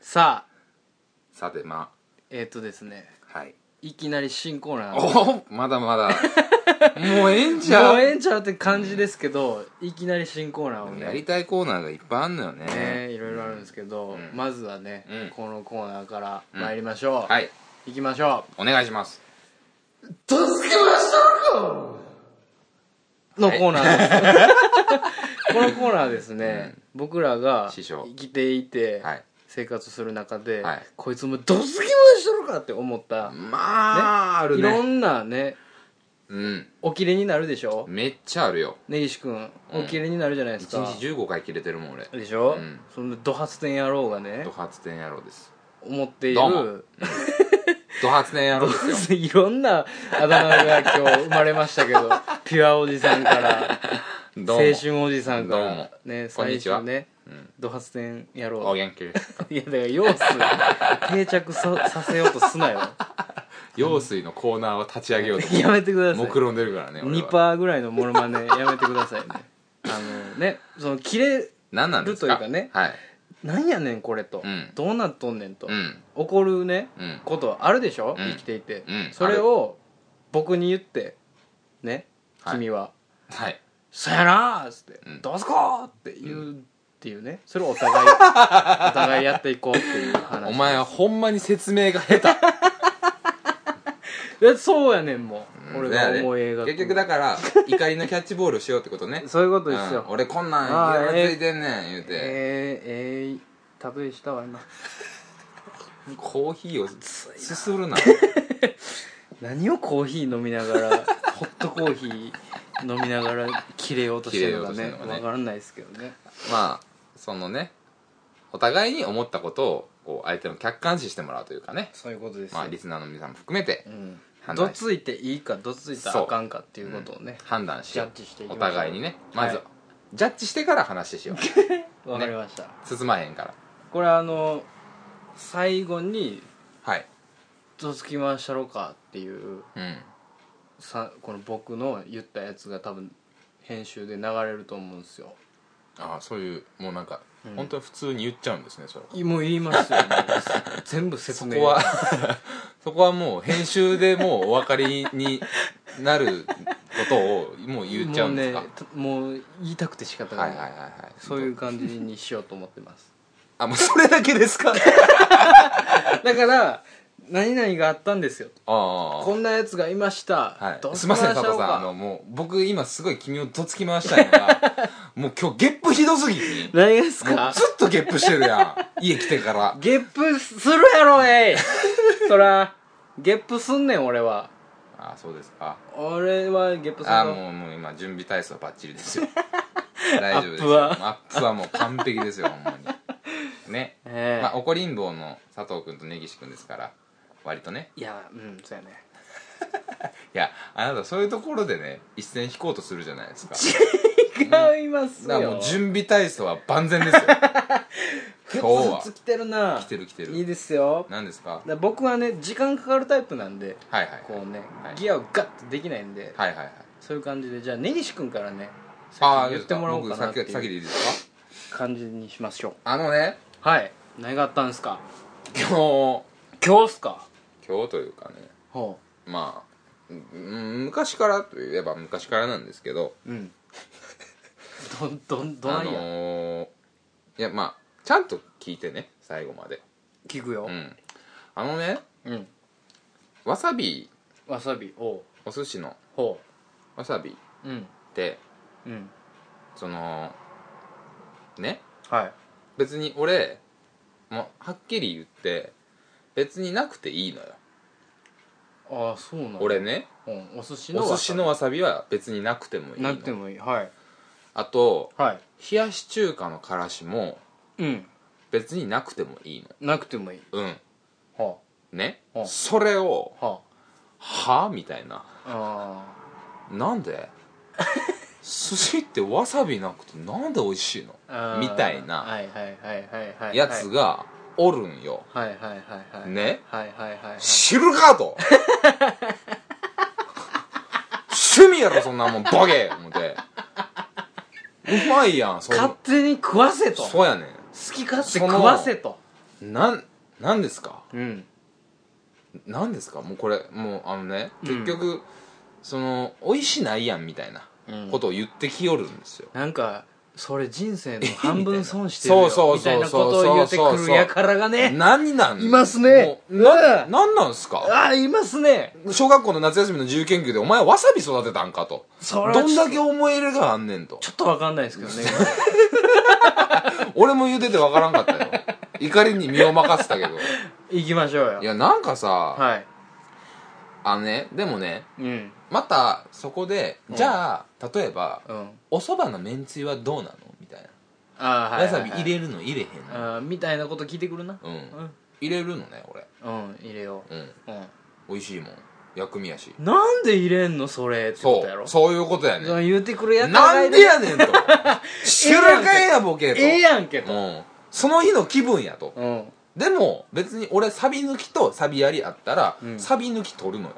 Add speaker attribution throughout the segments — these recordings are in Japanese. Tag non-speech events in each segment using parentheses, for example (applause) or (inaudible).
Speaker 1: さあ
Speaker 2: さてま
Speaker 1: えっ、とですね
Speaker 2: あはい
Speaker 1: いきなり新コーナー
Speaker 2: (laughs) おまだまだもうええんちゃ
Speaker 1: も
Speaker 2: う
Speaker 1: うええんちゃうって感じですけど、いきなり新コーナーを
Speaker 2: やり
Speaker 1: ね
Speaker 2: たいコーナーがいっぱいあんのよね
Speaker 1: ねいろいろあるんですけど、
Speaker 2: うん
Speaker 1: まずはね、
Speaker 2: うん
Speaker 1: このコーナーから
Speaker 2: うん
Speaker 1: 参りましょう、
Speaker 2: はい
Speaker 1: 行きましょ
Speaker 2: お願いします
Speaker 1: う助けましたかのコーナー
Speaker 2: (laughs)
Speaker 1: です、このコーナーですね、僕らが
Speaker 2: 師匠
Speaker 1: 生きていて、
Speaker 2: はい
Speaker 1: 生活する中で、
Speaker 2: はい
Speaker 1: こいつもどすぎましたかって思った、
Speaker 2: まあ、ある
Speaker 1: いろ
Speaker 2: ね
Speaker 1: んなね
Speaker 2: うん
Speaker 1: おきれになるでしょ
Speaker 2: めっちゃあるよ
Speaker 1: 根岸君
Speaker 2: うん
Speaker 1: おきれになるじゃないですか、
Speaker 2: 1日15回切れてるもん俺
Speaker 1: でしょ、
Speaker 2: うん
Speaker 1: そのド発展野郎がね
Speaker 2: ド発展野郎です
Speaker 1: 思ってい
Speaker 2: どうも
Speaker 1: る
Speaker 2: ド発展野郎です
Speaker 1: (laughs)
Speaker 2: よ
Speaker 1: いろんなあだ名が今日生まれましたけ
Speaker 2: (laughs)
Speaker 1: どピュアおじさんから
Speaker 2: どう
Speaker 1: (laughs) 青
Speaker 2: も
Speaker 1: 春おじさんか
Speaker 2: どう
Speaker 1: ら
Speaker 2: も
Speaker 1: ね
Speaker 2: こん
Speaker 1: 最
Speaker 2: にちは
Speaker 1: 初ね
Speaker 2: うん
Speaker 1: ド発展野
Speaker 2: お
Speaker 1: 郎 (laughs) い
Speaker 2: 元気です
Speaker 1: やだから要素定着ささせようとすなよ (laughs)
Speaker 2: 用水のコーナーを立ち上げようと思って
Speaker 1: やめてください
Speaker 2: 目論んでるからね俺は
Speaker 1: 2%ぐらいのモノマネやめてくだ
Speaker 2: (laughs)
Speaker 1: さいねあのねそのキレ
Speaker 2: 何なんですか
Speaker 1: るというかね
Speaker 2: はい
Speaker 1: なんやねんこれと、
Speaker 2: うん
Speaker 1: どうなっとんねんと、
Speaker 2: うん
Speaker 1: 怒るね
Speaker 2: うん
Speaker 1: ことあるでしょ、
Speaker 2: うん
Speaker 1: 生きていて、
Speaker 2: うん
Speaker 1: それを僕に言ってね
Speaker 2: はい
Speaker 1: 君は
Speaker 2: はい
Speaker 1: 「そやな!」っつって
Speaker 2: う
Speaker 1: 「
Speaker 2: ん
Speaker 1: どうすこ!」って言う、っていうねそれをお互い
Speaker 2: (laughs)
Speaker 1: お互いやっていこうっていう話
Speaker 2: お前はほんまに説明が下手
Speaker 1: いやそうやねんもう、俺が
Speaker 2: ね
Speaker 1: 思い描く
Speaker 2: 結局
Speaker 1: (laughs)
Speaker 2: だから怒りのキャッチボールをしようってことね
Speaker 1: そういうことですよ、
Speaker 2: うん俺こんなん
Speaker 1: あー
Speaker 2: やらついてんねん言うて、
Speaker 1: えー、えー、例えしたわ今
Speaker 2: コーヒーをすするな
Speaker 1: (laughs) 何をコーヒー飲みな
Speaker 2: (laughs)
Speaker 1: がらホットコーヒー飲みながら切れようとしてるのか
Speaker 2: 切れ
Speaker 1: ね
Speaker 2: ようとして
Speaker 1: わ
Speaker 2: るのかね
Speaker 1: からないですけどね
Speaker 2: まあそのねお互いに思ったことをこう相手の客観視してもらうというかね
Speaker 1: そういうことですよ、
Speaker 2: まあリスナーの皆さんも含めて
Speaker 1: うん
Speaker 2: 判
Speaker 1: ど
Speaker 2: 断し
Speaker 1: ついていいかどついたらあかんかっていうことをね
Speaker 2: 判断しよう
Speaker 1: ジャッジしていきま
Speaker 2: お
Speaker 1: しょう
Speaker 2: 互いにねまず、
Speaker 1: はい
Speaker 2: ジャッジしてから話し
Speaker 1: (laughs)
Speaker 2: よう
Speaker 1: わ、かりました、
Speaker 2: 進まへん
Speaker 1: (laughs)
Speaker 2: から
Speaker 1: これあの最後に
Speaker 2: はい
Speaker 1: 「どつきましたろか」っていう
Speaker 2: うん
Speaker 1: さこの僕の言ったやつが多分編集で流れると思うんですよ
Speaker 2: ああそういうもうなんか、
Speaker 1: うん
Speaker 2: 本当に普通に言っちゃうんですねそれはい
Speaker 1: もう言います
Speaker 2: (laughs)
Speaker 1: よ、もう全部説
Speaker 2: そ
Speaker 1: 明
Speaker 2: こは (laughs) そこはもう編集でもうお分かりになることをもう言っちゃうんですか、
Speaker 1: もうねたもう言いたくて仕方が
Speaker 2: はい
Speaker 1: な
Speaker 2: はい
Speaker 1: い、
Speaker 2: はいはい
Speaker 1: そういう感じにしようと思ってます
Speaker 2: あもうそれだけで
Speaker 1: (laughs)
Speaker 2: すかあ
Speaker 1: だから何々があったんですよ
Speaker 2: あ
Speaker 1: こんなやつがいました、
Speaker 2: はい、すい
Speaker 1: み
Speaker 2: ません佐藤さんあのもう僕今すごい君をどつき回したいの
Speaker 1: (laughs)
Speaker 2: がもう今日ゲップひどすぎひん
Speaker 1: 何がです
Speaker 2: も
Speaker 1: か
Speaker 2: うずっとゲップしてるやん家来てから
Speaker 1: ゲップするやろえい (laughs) そらゲップすんねん俺は
Speaker 2: あそうですか
Speaker 1: 俺はゲップする
Speaker 2: あ
Speaker 1: の
Speaker 2: もうもう今準備体操バッチ
Speaker 1: (laughs)
Speaker 2: リですよ大丈夫です
Speaker 1: アップは
Speaker 2: アップはもう完璧ですよほんまにね
Speaker 1: ええ
Speaker 2: まあ、怒りんぼうの佐藤君と根岸君ですから割とね
Speaker 1: いやうんそうやね
Speaker 2: いやあなたそういうところでね一線引こうとするじゃないです
Speaker 1: (laughs)
Speaker 2: か
Speaker 1: 違います
Speaker 2: だからも
Speaker 1: よ
Speaker 2: う準備体操は万全です
Speaker 1: (laughs)
Speaker 2: よ
Speaker 1: ふつ
Speaker 2: 今日は
Speaker 1: ふつ来てるな
Speaker 2: 来てる来て
Speaker 1: いい
Speaker 2: る
Speaker 1: ですよだか
Speaker 2: 何ですから
Speaker 1: 僕はね時間かかるタイプなんで
Speaker 2: はいはい
Speaker 1: こうね、
Speaker 2: はい
Speaker 1: ギアをガッとできないんで、
Speaker 2: はいはいはい
Speaker 1: そういう感じでじゃあ根岸君からね
Speaker 2: ああ
Speaker 1: 言ってもらおうかなって
Speaker 2: 僕先先
Speaker 1: い
Speaker 2: で
Speaker 1: う
Speaker 2: いいですか
Speaker 1: 感じにしましょう
Speaker 2: あのね
Speaker 1: はい何があったんですか
Speaker 2: 今日
Speaker 1: 今日っすか
Speaker 2: 今日というかね
Speaker 1: ほ
Speaker 2: まあうん昔からといえば昔からなんですけど
Speaker 1: ううんどんどんど
Speaker 2: あ
Speaker 1: ない
Speaker 2: の
Speaker 1: や、
Speaker 2: ー、いやまあちゃんと聞いてね最後まで
Speaker 1: 聞くよ
Speaker 2: うんあのね
Speaker 1: うん
Speaker 2: わさび
Speaker 1: わさびおう
Speaker 2: お寿司の
Speaker 1: ほ
Speaker 2: わさびっ
Speaker 1: ううん
Speaker 2: て
Speaker 1: うん
Speaker 2: そのね
Speaker 1: はい
Speaker 2: 別に俺もうはっきり言って別になくていいのよ
Speaker 1: ああそうなの
Speaker 2: 俺ね
Speaker 1: うんお寿司の
Speaker 2: お寿司の
Speaker 1: わ
Speaker 2: わさびは別になくて
Speaker 1: さ
Speaker 2: もいい
Speaker 1: び
Speaker 2: の
Speaker 1: なくてもいいはい
Speaker 2: あと
Speaker 1: はい
Speaker 2: 冷やし中華のからしも
Speaker 1: うん
Speaker 2: 別になくてもいい
Speaker 1: なくてもいい
Speaker 2: のうん
Speaker 1: は
Speaker 2: ね
Speaker 1: うん
Speaker 2: それを
Speaker 1: あは
Speaker 2: はみたいな
Speaker 1: ああ
Speaker 2: な
Speaker 1: (laughs)
Speaker 2: んで寿司ってわさびなくてなんで美味しいの
Speaker 1: あー
Speaker 2: みたいな
Speaker 1: はいはいはいはいはい
Speaker 2: やつがおるんよ
Speaker 1: はいはいはいはい
Speaker 2: ね
Speaker 1: はいはいはいはい
Speaker 2: 知るかと趣味やろそんなもんボケ思てうまいやんそ
Speaker 1: 勝
Speaker 2: の
Speaker 1: 手に食わせと好
Speaker 2: そうやねん
Speaker 1: き勝手食わせと
Speaker 2: なんなんですか
Speaker 1: うん
Speaker 2: なんですかもうこれもうあのね
Speaker 1: うん
Speaker 2: 結局、その「おいしないやん」みたいな
Speaker 1: うん
Speaker 2: ことを言ってきよるんですよ、
Speaker 1: なんかそれ人生の半分損してる
Speaker 2: みたいなそうそ
Speaker 1: よ
Speaker 2: う
Speaker 1: みた
Speaker 2: そ
Speaker 1: いうな
Speaker 2: そ
Speaker 1: こ
Speaker 2: う
Speaker 1: とを言ってくるやからがね
Speaker 2: 何なん
Speaker 1: いますね
Speaker 2: もうな
Speaker 1: うん
Speaker 2: なんなんすか
Speaker 1: ああいますね
Speaker 2: 小学校の夏休みの自由研究でお前はわさび育てたんかと
Speaker 1: それはちょっ
Speaker 2: ど
Speaker 1: と
Speaker 2: んだけ思い入れがあんねんと
Speaker 1: ちょっとわかんないですけどね
Speaker 2: (laughs) 俺も言うててわからんかった
Speaker 1: (laughs)
Speaker 2: よ怒りに身を任せたけど
Speaker 1: 今行きましょうよ
Speaker 2: いやなんかさ、
Speaker 1: はい
Speaker 2: あのねでもね
Speaker 1: うん
Speaker 2: またそこで、
Speaker 1: うん
Speaker 2: じゃあ例えば、
Speaker 1: うん
Speaker 2: お蕎麦のめんつゆはどうなのみたいな
Speaker 1: ああはい
Speaker 2: わ
Speaker 1: は
Speaker 2: さ
Speaker 1: いはい
Speaker 2: び入れるの入れへんの
Speaker 1: あーみたいなこと聞いてくるな
Speaker 2: うん、
Speaker 1: うん
Speaker 2: 入れるのね俺
Speaker 1: うん入れよ
Speaker 2: うん
Speaker 1: ううん
Speaker 2: 美味しいもん薬味やし
Speaker 1: なんで入れんのそれってこ
Speaker 2: そ
Speaker 1: とやろ
Speaker 2: うそういうことやね
Speaker 1: 言うてくるやつ
Speaker 2: なんでや
Speaker 1: (laughs)
Speaker 2: ねんと知らかえやボケと
Speaker 1: ええやんけと
Speaker 2: うんその日の気分やと
Speaker 1: うん
Speaker 2: でも別に俺サビ抜きとサビやりあったら、
Speaker 1: うん
Speaker 2: サビ抜き取るのよ、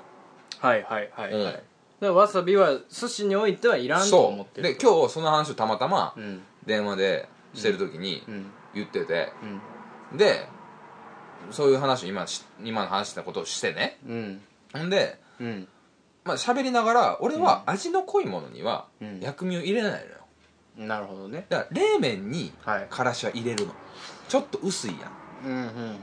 Speaker 1: はいはいはいはい
Speaker 2: うん
Speaker 1: だからわさびは寿司においてはいらんと思
Speaker 2: そ
Speaker 1: って
Speaker 2: う
Speaker 1: る
Speaker 2: で今日その話をたまたま
Speaker 1: うん
Speaker 2: 電話でしてる時に
Speaker 1: うん
Speaker 2: 言ってて、
Speaker 1: うん
Speaker 2: でそういう話今し今の話したことをしてね
Speaker 1: うん
Speaker 2: ほんで
Speaker 1: うん
Speaker 2: まあ喋りながら俺は味の濃いものには
Speaker 1: うん
Speaker 2: 薬味を入れないのよ
Speaker 1: なるほどね
Speaker 2: だから冷麺に
Speaker 1: はい
Speaker 2: からしは入れるのちょっと薄いやん
Speaker 1: うんうんうん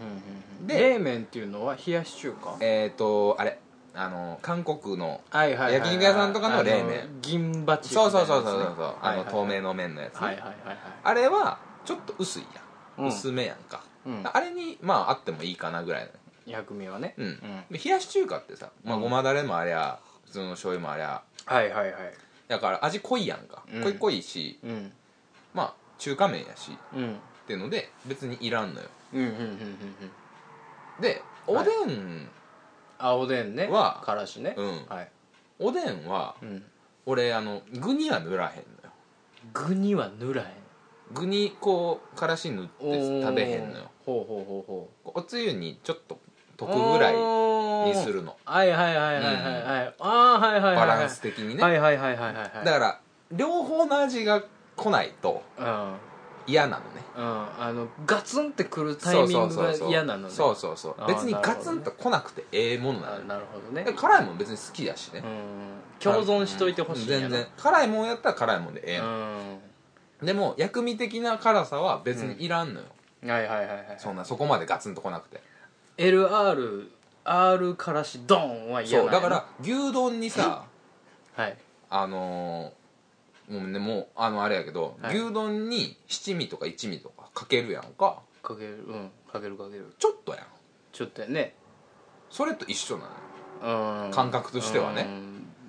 Speaker 1: うん
Speaker 2: で
Speaker 1: 冷麺っていうのは冷やし中華
Speaker 2: えっ、ー、とあれあの韓国の
Speaker 1: はいはいはいはい
Speaker 2: 焼肉屋さんとかの冷麺
Speaker 1: あの銀鉢みたい
Speaker 2: そ
Speaker 1: な
Speaker 2: うそう
Speaker 1: やつね
Speaker 2: そうそうそうそうあ
Speaker 1: はい
Speaker 2: の
Speaker 1: はい
Speaker 2: 透明の麺のやつね、
Speaker 1: はいはいはいはい
Speaker 2: あれはちょっと薄いやん、
Speaker 1: うん
Speaker 2: 薄めやんか、
Speaker 1: うん
Speaker 2: あれにまああってもいいかなぐらいの
Speaker 1: 薬味はね
Speaker 2: うん、で冷やし中華ってさ、まあ、
Speaker 1: うん
Speaker 2: ごまだれもありゃ普通の醤油もありゃ
Speaker 1: はいはいはい
Speaker 2: だから味濃いやんか、
Speaker 1: うん
Speaker 2: 濃い濃いし
Speaker 1: うん
Speaker 2: まあ中華麺やしっ
Speaker 1: うん
Speaker 2: ていうので別にいらんのよ
Speaker 1: うんうんうんうんうん
Speaker 2: でおでん、
Speaker 1: あおでんね
Speaker 2: は
Speaker 1: からしね
Speaker 2: うん
Speaker 1: はい
Speaker 2: おでんは
Speaker 1: うん
Speaker 2: 俺あの具には塗らへんのよ
Speaker 1: 具には塗らへん
Speaker 2: 具にこうからし塗って食べへんのよ
Speaker 1: ほうほうほうほう
Speaker 2: こうおつゆにちょっと溶くぐらいにするの
Speaker 1: はいはいはいはいはいはい、ああはいはいはいはい
Speaker 2: バランス的にね、
Speaker 1: はいはいはいはいはいはい
Speaker 2: だから両方の味が来ないと
Speaker 1: うんうん
Speaker 2: 嫌なのね
Speaker 1: あのガツンってくるタイミングが嫌なのね
Speaker 2: そうそうそうそうそうそう
Speaker 1: あー
Speaker 2: 別にガツンと来なくてええものな
Speaker 1: あ
Speaker 2: のよ
Speaker 1: なるほどね
Speaker 2: で辛いもん別に好きだしね
Speaker 1: うん共存しといてほしいんやな
Speaker 2: 全然辛いもんやったら辛いもんでええのでも薬味的な辛さは別にいらんのよ、
Speaker 1: うんはいはいはいはい
Speaker 2: そんなそこまでガツンと来なくて
Speaker 1: LRR からしドンは嫌
Speaker 2: そ
Speaker 1: な
Speaker 2: うん
Speaker 1: やな
Speaker 2: だから牛丼にさ
Speaker 1: はい
Speaker 2: あのーもうねもうあのあれやけど、
Speaker 1: はい
Speaker 2: 牛丼に七味とか一味とかかけるやんか
Speaker 1: かけるうんかけるかける
Speaker 2: ちょっとやん
Speaker 1: ちょっとやね
Speaker 2: それと一緒なのよ
Speaker 1: うん
Speaker 2: 感覚としてはね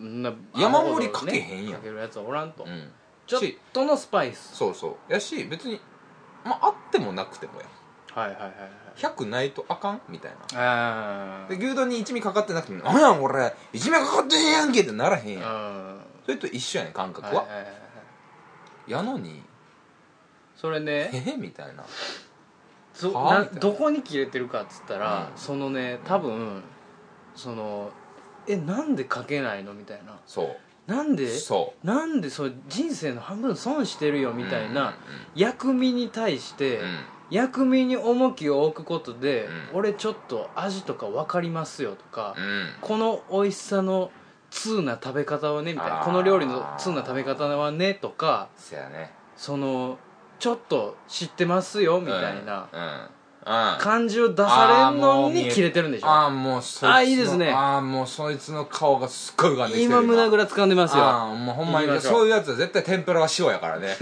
Speaker 1: うんな
Speaker 2: 山盛りかけへんやん
Speaker 1: かけるやつはおらんと、
Speaker 2: うん
Speaker 1: ちょっとのスパイス
Speaker 2: そうそうやし別にまああってもなくてもや
Speaker 1: はいはいはいはい
Speaker 2: 100ないとあかんみたい
Speaker 1: あ
Speaker 2: なで牛丼に一味かかってなくても「なんや俺一味かかってへんやんけ」ってならへん
Speaker 1: あ
Speaker 2: やんそれと一緒やねん感覚は、やのに
Speaker 1: それ
Speaker 2: 「へ
Speaker 1: ね
Speaker 2: へ」みたいな
Speaker 1: そ
Speaker 2: はあ
Speaker 1: な
Speaker 2: みたいな
Speaker 1: どこに切れてるかっつったら、
Speaker 2: うん
Speaker 1: そのね多分そのえなんでかけないのみたいな
Speaker 2: そう
Speaker 1: なんで
Speaker 2: そ
Speaker 1: なんでそれ人生の半分損してるよ
Speaker 2: う
Speaker 1: みたいな、
Speaker 2: う
Speaker 1: 薬味に対して、
Speaker 2: んうんうん
Speaker 1: 薬味に重きを置くことで、
Speaker 2: うん
Speaker 1: 俺ちょっと味とか分かりますよとか、
Speaker 2: うん
Speaker 1: この美味しさの通な食べ方はねみたい
Speaker 2: あ
Speaker 1: な
Speaker 2: ー
Speaker 1: この料理の通な食べ方はねとか
Speaker 2: そやね
Speaker 1: そのちょっと知ってますよみたいな
Speaker 2: うんうん、うん
Speaker 1: 感じを出されんの
Speaker 2: あーもう見え
Speaker 1: に
Speaker 2: る
Speaker 1: 切れてるんでし
Speaker 2: あ
Speaker 1: ょ
Speaker 2: あもうそいつの
Speaker 1: あーいいですね
Speaker 2: ああもうそいつの顔がすっごい浮かんできてる
Speaker 1: 今胸ぐら掴んでますよ
Speaker 2: ああもうほんま
Speaker 1: 言い
Speaker 2: に
Speaker 1: ましょう
Speaker 2: そういうやつは絶対天ぷらは塩やから
Speaker 1: (laughs)
Speaker 2: ね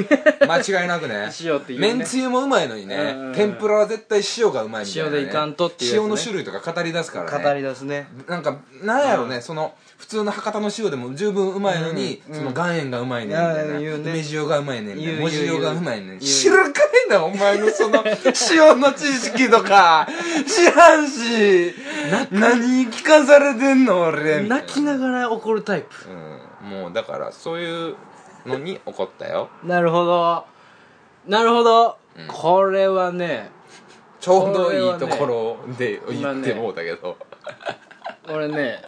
Speaker 2: 間違いなくね
Speaker 1: 塩っていうね
Speaker 2: めんつゆもうまいのにね、
Speaker 1: うんうんうん
Speaker 2: 天ぷらは絶対塩がうまいみたいな、ね、
Speaker 1: 塩でいかんとっていうやつね
Speaker 2: 塩の種類とか語り出すからね
Speaker 1: 語り出すね
Speaker 2: なんかなんやろね、その普通の博多の塩でも十分うまいのに、
Speaker 1: うんうん
Speaker 2: その岩塩がうまいねんみたい
Speaker 1: あ
Speaker 2: な
Speaker 1: あ言うね
Speaker 2: 梅塩がうまいねんみたいな
Speaker 1: 言う
Speaker 2: 藻
Speaker 1: 言う
Speaker 2: 塩がうまいね
Speaker 1: 言
Speaker 2: ん
Speaker 1: う
Speaker 2: 知らかいなお前
Speaker 1: (laughs)
Speaker 2: のその塩の知識とか知らんし何聞かされてんの俺みたい
Speaker 1: 泣きながら怒るタイプ
Speaker 2: うん、もうだからそういうのに怒っ
Speaker 1: (laughs)
Speaker 2: たよ
Speaker 1: なるほどなるほど、
Speaker 2: うん
Speaker 1: これはね
Speaker 2: ちょうどいいところで言ってもうたけど、
Speaker 1: 俺ね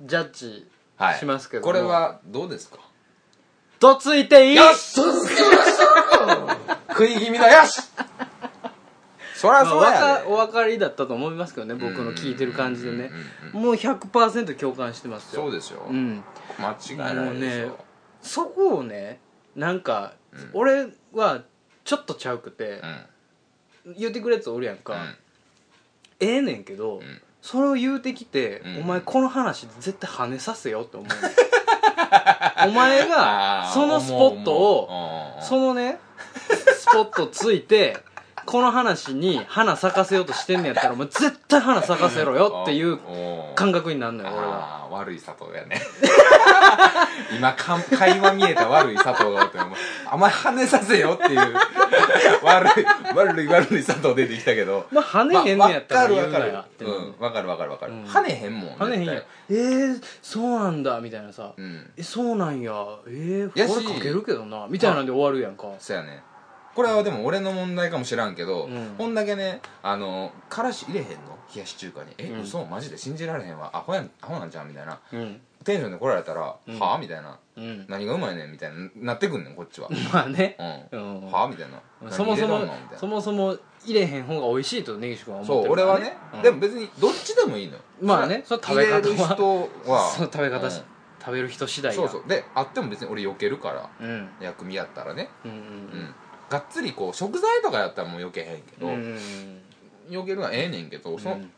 Speaker 1: ジャッジ
Speaker 2: はい
Speaker 1: しますけども
Speaker 2: これはどうですか
Speaker 1: とついていい
Speaker 2: よし食い気味だよしそりゃそうやで
Speaker 1: まあわかお分かりだったと思いますけどね僕の聞いてる感じでねもう100%共感してますよ
Speaker 2: そうですよ、
Speaker 1: うん
Speaker 2: 間違いないでしょ、
Speaker 1: あのねそこをねなんか、
Speaker 2: うん
Speaker 1: 俺はちょっとちゃうくて
Speaker 2: う、ん
Speaker 1: 言うてくれるやつおるやんか、ええねんけど、
Speaker 2: うん
Speaker 1: それを言うてきて、
Speaker 2: うん
Speaker 1: お前この話絶対跳ねさせよって
Speaker 2: (laughs)
Speaker 1: 思うお前がそのスポットを
Speaker 2: を
Speaker 1: そのねスポットついてこの話に花咲かせようとしてんねやったらお前絶対花咲かせろよっていう感覚になるのよ俺は
Speaker 2: ああー悪い佐藤やね今か会話見えた悪い佐藤がおってお前あんまり跳ねさせよっていう悪い悪い悪い佐藤出てきたけど
Speaker 1: まあ跳ねへんねやったら
Speaker 2: ま
Speaker 1: 言う
Speaker 2: わか
Speaker 1: な
Speaker 2: る
Speaker 1: や
Speaker 2: わ
Speaker 1: っ
Speaker 2: か
Speaker 1: て
Speaker 2: る
Speaker 1: なる
Speaker 2: うんわかるわかるわかる
Speaker 1: うん
Speaker 2: 跳ねへんもん
Speaker 1: 跳ねへんやん
Speaker 2: 絶
Speaker 1: えー、そうなんだみたいなさ、
Speaker 2: 対うん
Speaker 1: えそうなんやえー、
Speaker 2: やし
Speaker 1: これかけるけどなみたいなんで終わるやんか
Speaker 2: そやねこれはでも俺の問題かもしらんけど、
Speaker 1: うん
Speaker 2: こんだけねあのからし入れへんの冷やし中華にえ、
Speaker 1: うん
Speaker 2: 嘘マジで信じられへんわアホやんアホなんじゃんみたいな
Speaker 1: うん
Speaker 2: テンションで来られたら、
Speaker 1: うん
Speaker 2: はあみたいな
Speaker 1: うん
Speaker 2: 何がうまいねんみたいななってくんねんこっちは、
Speaker 1: まあね
Speaker 2: う
Speaker 1: うん
Speaker 2: ん、はあみたいな
Speaker 1: そもそも
Speaker 2: 何入れとんのみたい
Speaker 1: そ
Speaker 2: な
Speaker 1: もそも入れへん方が美味しいと根岸君は
Speaker 2: そ
Speaker 1: 思って
Speaker 2: う
Speaker 1: るから
Speaker 2: 俺はね、
Speaker 1: うん
Speaker 2: でも別にどっちでもいいのよ
Speaker 1: まあねそれは食べ方は
Speaker 2: 入れる人
Speaker 1: (laughs)
Speaker 2: は
Speaker 1: そう食べ方し
Speaker 2: うん
Speaker 1: 食べる人次第や
Speaker 2: そうそうであっても別に俺避けるから
Speaker 1: うんうん
Speaker 2: 薬味やったらね、
Speaker 1: うん
Speaker 2: うん、がっつりこう食材とかやったらもう避けへんけ
Speaker 1: う
Speaker 2: ど、
Speaker 1: んうん
Speaker 2: 避けるのはええねんけどその、
Speaker 1: うん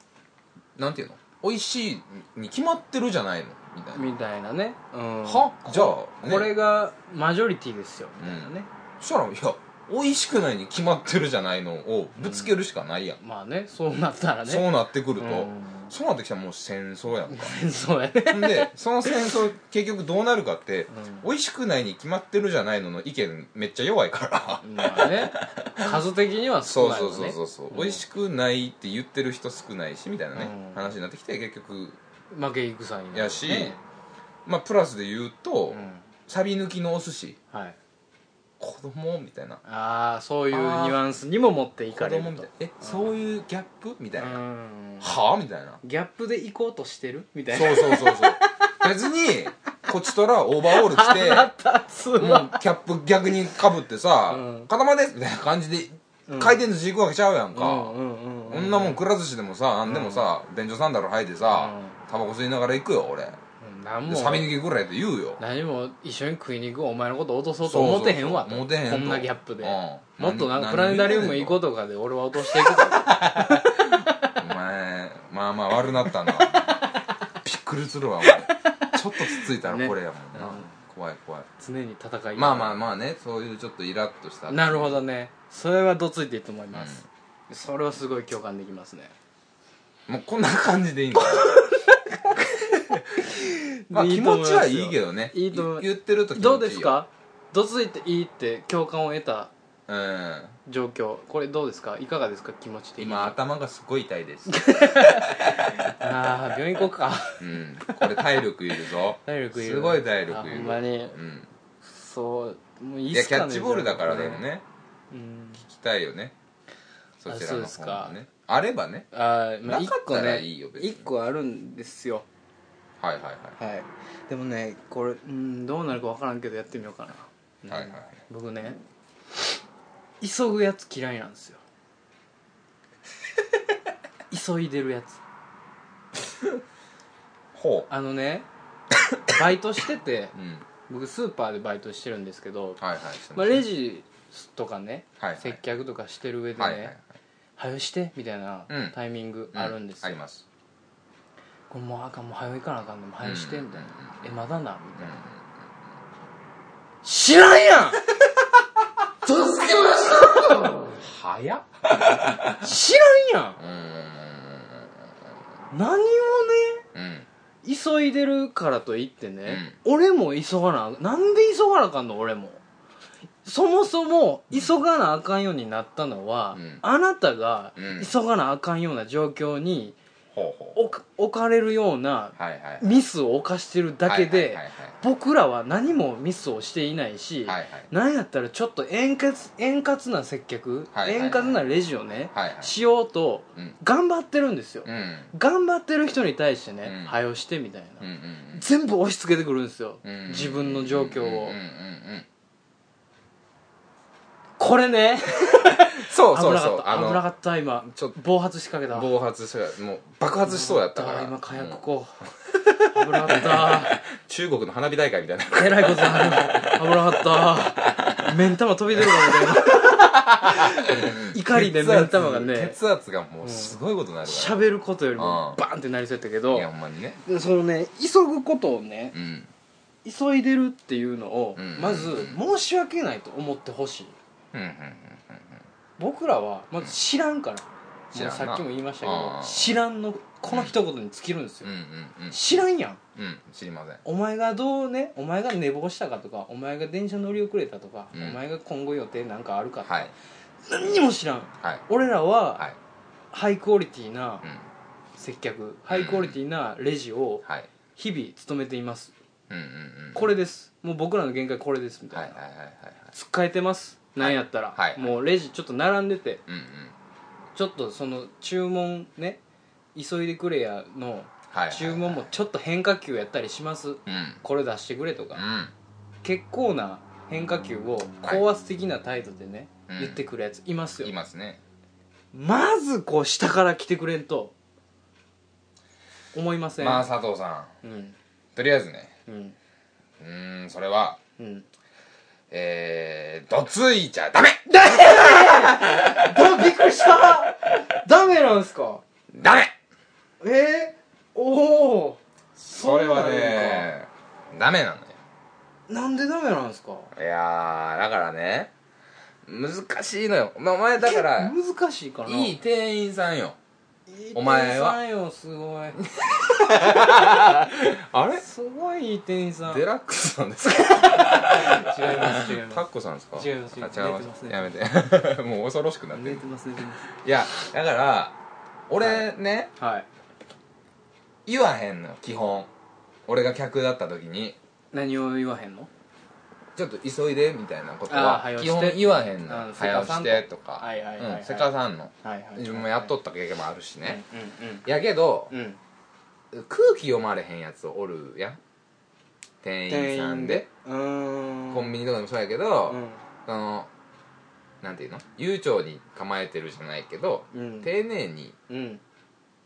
Speaker 2: なんていうの美味しいに決まってるじゃないのみたいな、
Speaker 1: みたいなねうん
Speaker 2: はじゃあ、ね、
Speaker 1: これがマジョリティですよみたいなね
Speaker 2: そしたらいや美味しくないに決まってるじゃないのをぶつけるしかないやん、
Speaker 1: まあねそうなったらね
Speaker 2: そうなってくると、
Speaker 1: うん
Speaker 2: そうなってきたらもう戦争やんか
Speaker 1: (laughs) そうやね
Speaker 2: ん (laughs) でその戦争結局どうなるかって、
Speaker 1: う
Speaker 2: 美味しくないに決まってるじゃないのの意見めっちゃ弱
Speaker 1: (laughs)
Speaker 2: いから
Speaker 1: まあね数的には
Speaker 2: そ
Speaker 1: 少
Speaker 2: う
Speaker 1: ない
Speaker 2: そう
Speaker 1: よ
Speaker 2: そう
Speaker 1: ね
Speaker 2: そうそう、
Speaker 1: ん
Speaker 2: 美味しくないって言ってる人少ないしみたいなね、
Speaker 1: うん
Speaker 2: 話になってきて結局
Speaker 1: 負け戦になる
Speaker 2: やし、
Speaker 1: ね
Speaker 2: まあプラスで言うと、
Speaker 1: うん
Speaker 2: サビ抜きのお寿司
Speaker 1: はい
Speaker 2: 子供みたいな
Speaker 1: ああそういうニュアンスにも持ってい
Speaker 2: 子
Speaker 1: かれる
Speaker 2: 供
Speaker 1: と
Speaker 2: みたいなえそういうギャップみたいな、
Speaker 1: うん
Speaker 2: はあみたいな
Speaker 1: ギャップで行こうとしてるみたいな
Speaker 2: そうそうそうそう別にこっちとらオーバーオール着
Speaker 1: (laughs)
Speaker 2: て
Speaker 1: 腹立つ
Speaker 2: も
Speaker 1: わ
Speaker 2: うキャップ逆にかぶってさ
Speaker 1: う
Speaker 2: 「刀です」みたいな感じで
Speaker 1: うん
Speaker 2: 回転寿司行くわけちゃうやん
Speaker 1: うん
Speaker 2: か
Speaker 1: うんうん
Speaker 2: こんなもんくら寿司でもさ何でもさ便所サンダル履いてさ
Speaker 1: う
Speaker 2: タバコ吸いながら行くよ俺
Speaker 1: うん何
Speaker 2: で
Speaker 1: も
Speaker 2: サビ抜きぐらいって言うよ
Speaker 1: 何も一緒に食いに行くお前のこと落とそうと思ってへんわ
Speaker 2: そうそうそう思てへんと
Speaker 1: こんなギャップで
Speaker 2: うん
Speaker 1: もっとなんか
Speaker 2: 何
Speaker 1: プラネタリウム行こうとかで俺は落としていくから
Speaker 2: お前まあまあ悪なったなびっくりするわお前ちょっとつついたらこれやもんな、
Speaker 1: ねうん
Speaker 2: 怖い怖い
Speaker 1: 常に戦い
Speaker 2: まあまあまあねそういうちょっとイラッとした
Speaker 1: なるほ
Speaker 2: ど
Speaker 1: どねそれはどついていいと思いますそれはすごい共感できますね
Speaker 2: もうこんな感じでいいんだまあ
Speaker 1: い
Speaker 2: 気
Speaker 1: いと思い
Speaker 2: 持
Speaker 1: ます
Speaker 2: ち
Speaker 1: よ
Speaker 2: はいいけどね
Speaker 1: いいと思う
Speaker 2: 言ってると気持ちいいよ
Speaker 1: どうですかどついていいって共感を得た
Speaker 2: うん
Speaker 1: 状況これどうですかいかがですか気持ち的に
Speaker 2: 今頭がすごい痛
Speaker 1: (laughs)
Speaker 2: いです、
Speaker 1: ああ病院行こ
Speaker 2: (laughs)
Speaker 1: うか
Speaker 2: うん、これ体力いるぞ
Speaker 1: 体力いる
Speaker 2: すごい体
Speaker 1: あ
Speaker 2: 力い
Speaker 1: ほ
Speaker 2: る
Speaker 1: んまに
Speaker 2: うん、
Speaker 1: そうもういい
Speaker 2: い
Speaker 1: っ
Speaker 2: や
Speaker 1: す
Speaker 2: キ
Speaker 1: かね
Speaker 2: ャッチボールだからでもね
Speaker 1: うん
Speaker 2: 聞きたいよねそち
Speaker 1: あ
Speaker 2: らの
Speaker 1: そうですか
Speaker 2: 方もねあればね
Speaker 1: あー、まあ、
Speaker 2: な
Speaker 1: 一
Speaker 2: かっ
Speaker 1: 個
Speaker 2: たら
Speaker 1: ね
Speaker 2: いいよ別に
Speaker 1: 一個あるんですよ
Speaker 2: はいはいはい
Speaker 1: はいでもねこれうんどうなるか分からんけどやってみようかな、
Speaker 2: はいはいはい
Speaker 1: 僕ね急ぐやつ嫌いなんです
Speaker 2: (laughs)
Speaker 1: よ急いでるやつ
Speaker 2: ほ
Speaker 1: あのねバイトしてて
Speaker 2: ううん
Speaker 1: 僕スーパーでバイトしてるんですけど、
Speaker 2: はいはいしてますね
Speaker 1: まあ、レジとかね、
Speaker 2: はいはい
Speaker 1: 接客とかしてる上でね「
Speaker 2: は
Speaker 1: はい
Speaker 2: はいはい
Speaker 1: よして」みたいな
Speaker 2: うん
Speaker 1: タイミングあるんです
Speaker 2: あ
Speaker 1: よ、
Speaker 2: ります
Speaker 1: これもうあかんもう早よ行かなあかんのもう早よしてみたいな
Speaker 2: うん
Speaker 1: 「えまだな」みたいな
Speaker 2: うん
Speaker 1: 知らんやん
Speaker 2: 助けました早っ
Speaker 1: 知らんやん
Speaker 2: うんうん
Speaker 1: 何をね
Speaker 2: うんうん
Speaker 1: 急いでるからといってね、俺も急がななんで急がなあかんの俺もそもそも急がなあかんようになったのは、
Speaker 2: うん
Speaker 1: あなたが
Speaker 2: うん
Speaker 1: 急がなあかんような状況に
Speaker 2: ほうほう
Speaker 1: 置か置かれるような
Speaker 2: はいはい
Speaker 1: ミスを犯してるだけで
Speaker 2: はいはい
Speaker 1: 僕らは何もミスをしていないし、
Speaker 2: はいはい
Speaker 1: なんやったらちょっと円滑円滑な接客、
Speaker 2: はいはいはい
Speaker 1: 円滑なレジをね、
Speaker 2: はいはい
Speaker 1: しようと
Speaker 2: うん
Speaker 1: 頑張ってるんですよ、
Speaker 2: うん
Speaker 1: 頑張ってる人に対してね
Speaker 2: うん
Speaker 1: 「はよして」みたいな、
Speaker 2: うん
Speaker 1: 全部押し付けてくるんですよ、
Speaker 2: うんうん
Speaker 1: 自分の状況を、
Speaker 2: うんうんうんうん
Speaker 1: これね
Speaker 2: そうそう
Speaker 1: 危
Speaker 2: そ
Speaker 1: な
Speaker 2: う
Speaker 1: かった
Speaker 2: あ
Speaker 1: 危なか
Speaker 2: の
Speaker 1: った今
Speaker 2: ちょっと
Speaker 1: 暴発しかけた
Speaker 2: 暴発しもう爆発しそうやったから
Speaker 1: 今火
Speaker 2: うん
Speaker 1: 薬庫、危なか
Speaker 2: (laughs)
Speaker 1: った
Speaker 2: 中国の花火大会みたいな
Speaker 1: えらいことになる危なか
Speaker 2: (laughs)
Speaker 1: った目ん玉飛び出るかみたいな怒りで目ん玉がね
Speaker 2: 血圧がもうすごいことになるから、
Speaker 1: 喋ることよりも
Speaker 2: うん
Speaker 1: バーンってなりそうやったけ
Speaker 2: い
Speaker 1: ど
Speaker 2: やほんまにね
Speaker 1: そのね急ぐことをね
Speaker 2: うん
Speaker 1: 急いでるっていうのを
Speaker 2: うん
Speaker 1: まず申し訳ないと思ってほしい
Speaker 2: うんうんうん
Speaker 1: 僕らはまず知らんから
Speaker 2: 知
Speaker 1: も
Speaker 2: ら
Speaker 1: うんさ
Speaker 2: な
Speaker 1: っきも言いましたけ
Speaker 2: あ
Speaker 1: ど
Speaker 2: あ
Speaker 1: 知らんのこの一言に尽きるんです
Speaker 2: うん
Speaker 1: よ
Speaker 2: うん
Speaker 1: 知らんやん
Speaker 2: うんうん知りません
Speaker 1: お前がどうねお前が寝坊したかとかお前が電車乗り遅れたとか、
Speaker 2: うん
Speaker 1: お前が今後予定なんかあるかとか、
Speaker 2: はい
Speaker 1: 何にも知らん
Speaker 2: はい
Speaker 1: 俺らは、
Speaker 2: はい
Speaker 1: ハイクオリティな
Speaker 2: うん
Speaker 1: 接客、ハイクオリティなレジを
Speaker 2: はい
Speaker 1: 日々務めています、
Speaker 2: うんうんうん
Speaker 1: これですもう僕らの限界これですみたい
Speaker 2: はい
Speaker 1: な、
Speaker 2: はいはいはいはい
Speaker 1: 使えてますなんやったら、
Speaker 2: はいはい
Speaker 1: もうレジちょっと並んでて
Speaker 2: うんうん
Speaker 1: ちょっとその注文ね急いでくれやの
Speaker 2: はいはい
Speaker 1: 注文もちょっと変化球やったりします
Speaker 2: うん
Speaker 1: これ出してくれとか、
Speaker 2: うん
Speaker 1: 結構な変化球を高圧的な態度でね、
Speaker 2: うん
Speaker 1: 言ってくるやついますよ
Speaker 2: いますね
Speaker 1: まずこう下から来てくれんと思いません、
Speaker 2: まあ佐藤さん
Speaker 1: うん
Speaker 2: とりあえずね
Speaker 1: うん
Speaker 2: うーんそれは
Speaker 1: うん
Speaker 2: えーどついちゃダメ
Speaker 1: だびっくりしたダメなんすか
Speaker 2: ダメ
Speaker 1: えー、おお
Speaker 2: それは
Speaker 1: そうな
Speaker 2: ねダメなのよ
Speaker 1: なんでダメなんすか
Speaker 2: いやーだからね難しいのよ、まあ、お前だから
Speaker 1: 結構難しいからない
Speaker 2: い店員さんよ
Speaker 1: いい
Speaker 2: お前は
Speaker 1: 店員さんよすご
Speaker 2: (laughs)
Speaker 1: い
Speaker 2: あれ
Speaker 1: すごいいい店員さん違
Speaker 2: デ
Speaker 1: い
Speaker 2: ラックスさんですか
Speaker 1: ます違い
Speaker 2: タッ
Speaker 1: ま
Speaker 2: コさんですか
Speaker 1: 違います
Speaker 2: あ違い
Speaker 1: 寝てま
Speaker 2: ま
Speaker 1: す
Speaker 2: す
Speaker 1: ね
Speaker 2: やめて (laughs) もう恐ろしくなっ
Speaker 1: す
Speaker 2: て
Speaker 1: 寝
Speaker 2: る
Speaker 1: てます寝てま
Speaker 2: いやだから俺ね
Speaker 1: すはい
Speaker 2: 言わへんのよ基本俺が客だった時に
Speaker 1: 何を言わへんの
Speaker 2: ちょっと急いでみたいなこと
Speaker 1: あー
Speaker 2: は
Speaker 1: 早押し
Speaker 2: 基
Speaker 1: て
Speaker 2: 本言わへん
Speaker 1: う
Speaker 2: の
Speaker 1: ん
Speaker 2: 早押してとか
Speaker 1: はいはいはいはい
Speaker 2: うんせかさんの
Speaker 1: はいはい
Speaker 2: 自分もやっとった経験もあるしね
Speaker 1: うんうん
Speaker 2: やけど
Speaker 1: うんうん
Speaker 2: 空気読まれへんやつおるやん店員さんで
Speaker 1: うーん
Speaker 2: コンビニとかでもそうやけ
Speaker 1: う
Speaker 2: ど
Speaker 1: ん
Speaker 2: そのなんていうの悠長に構えてるじゃないけど
Speaker 1: うん
Speaker 2: 丁寧に
Speaker 1: うん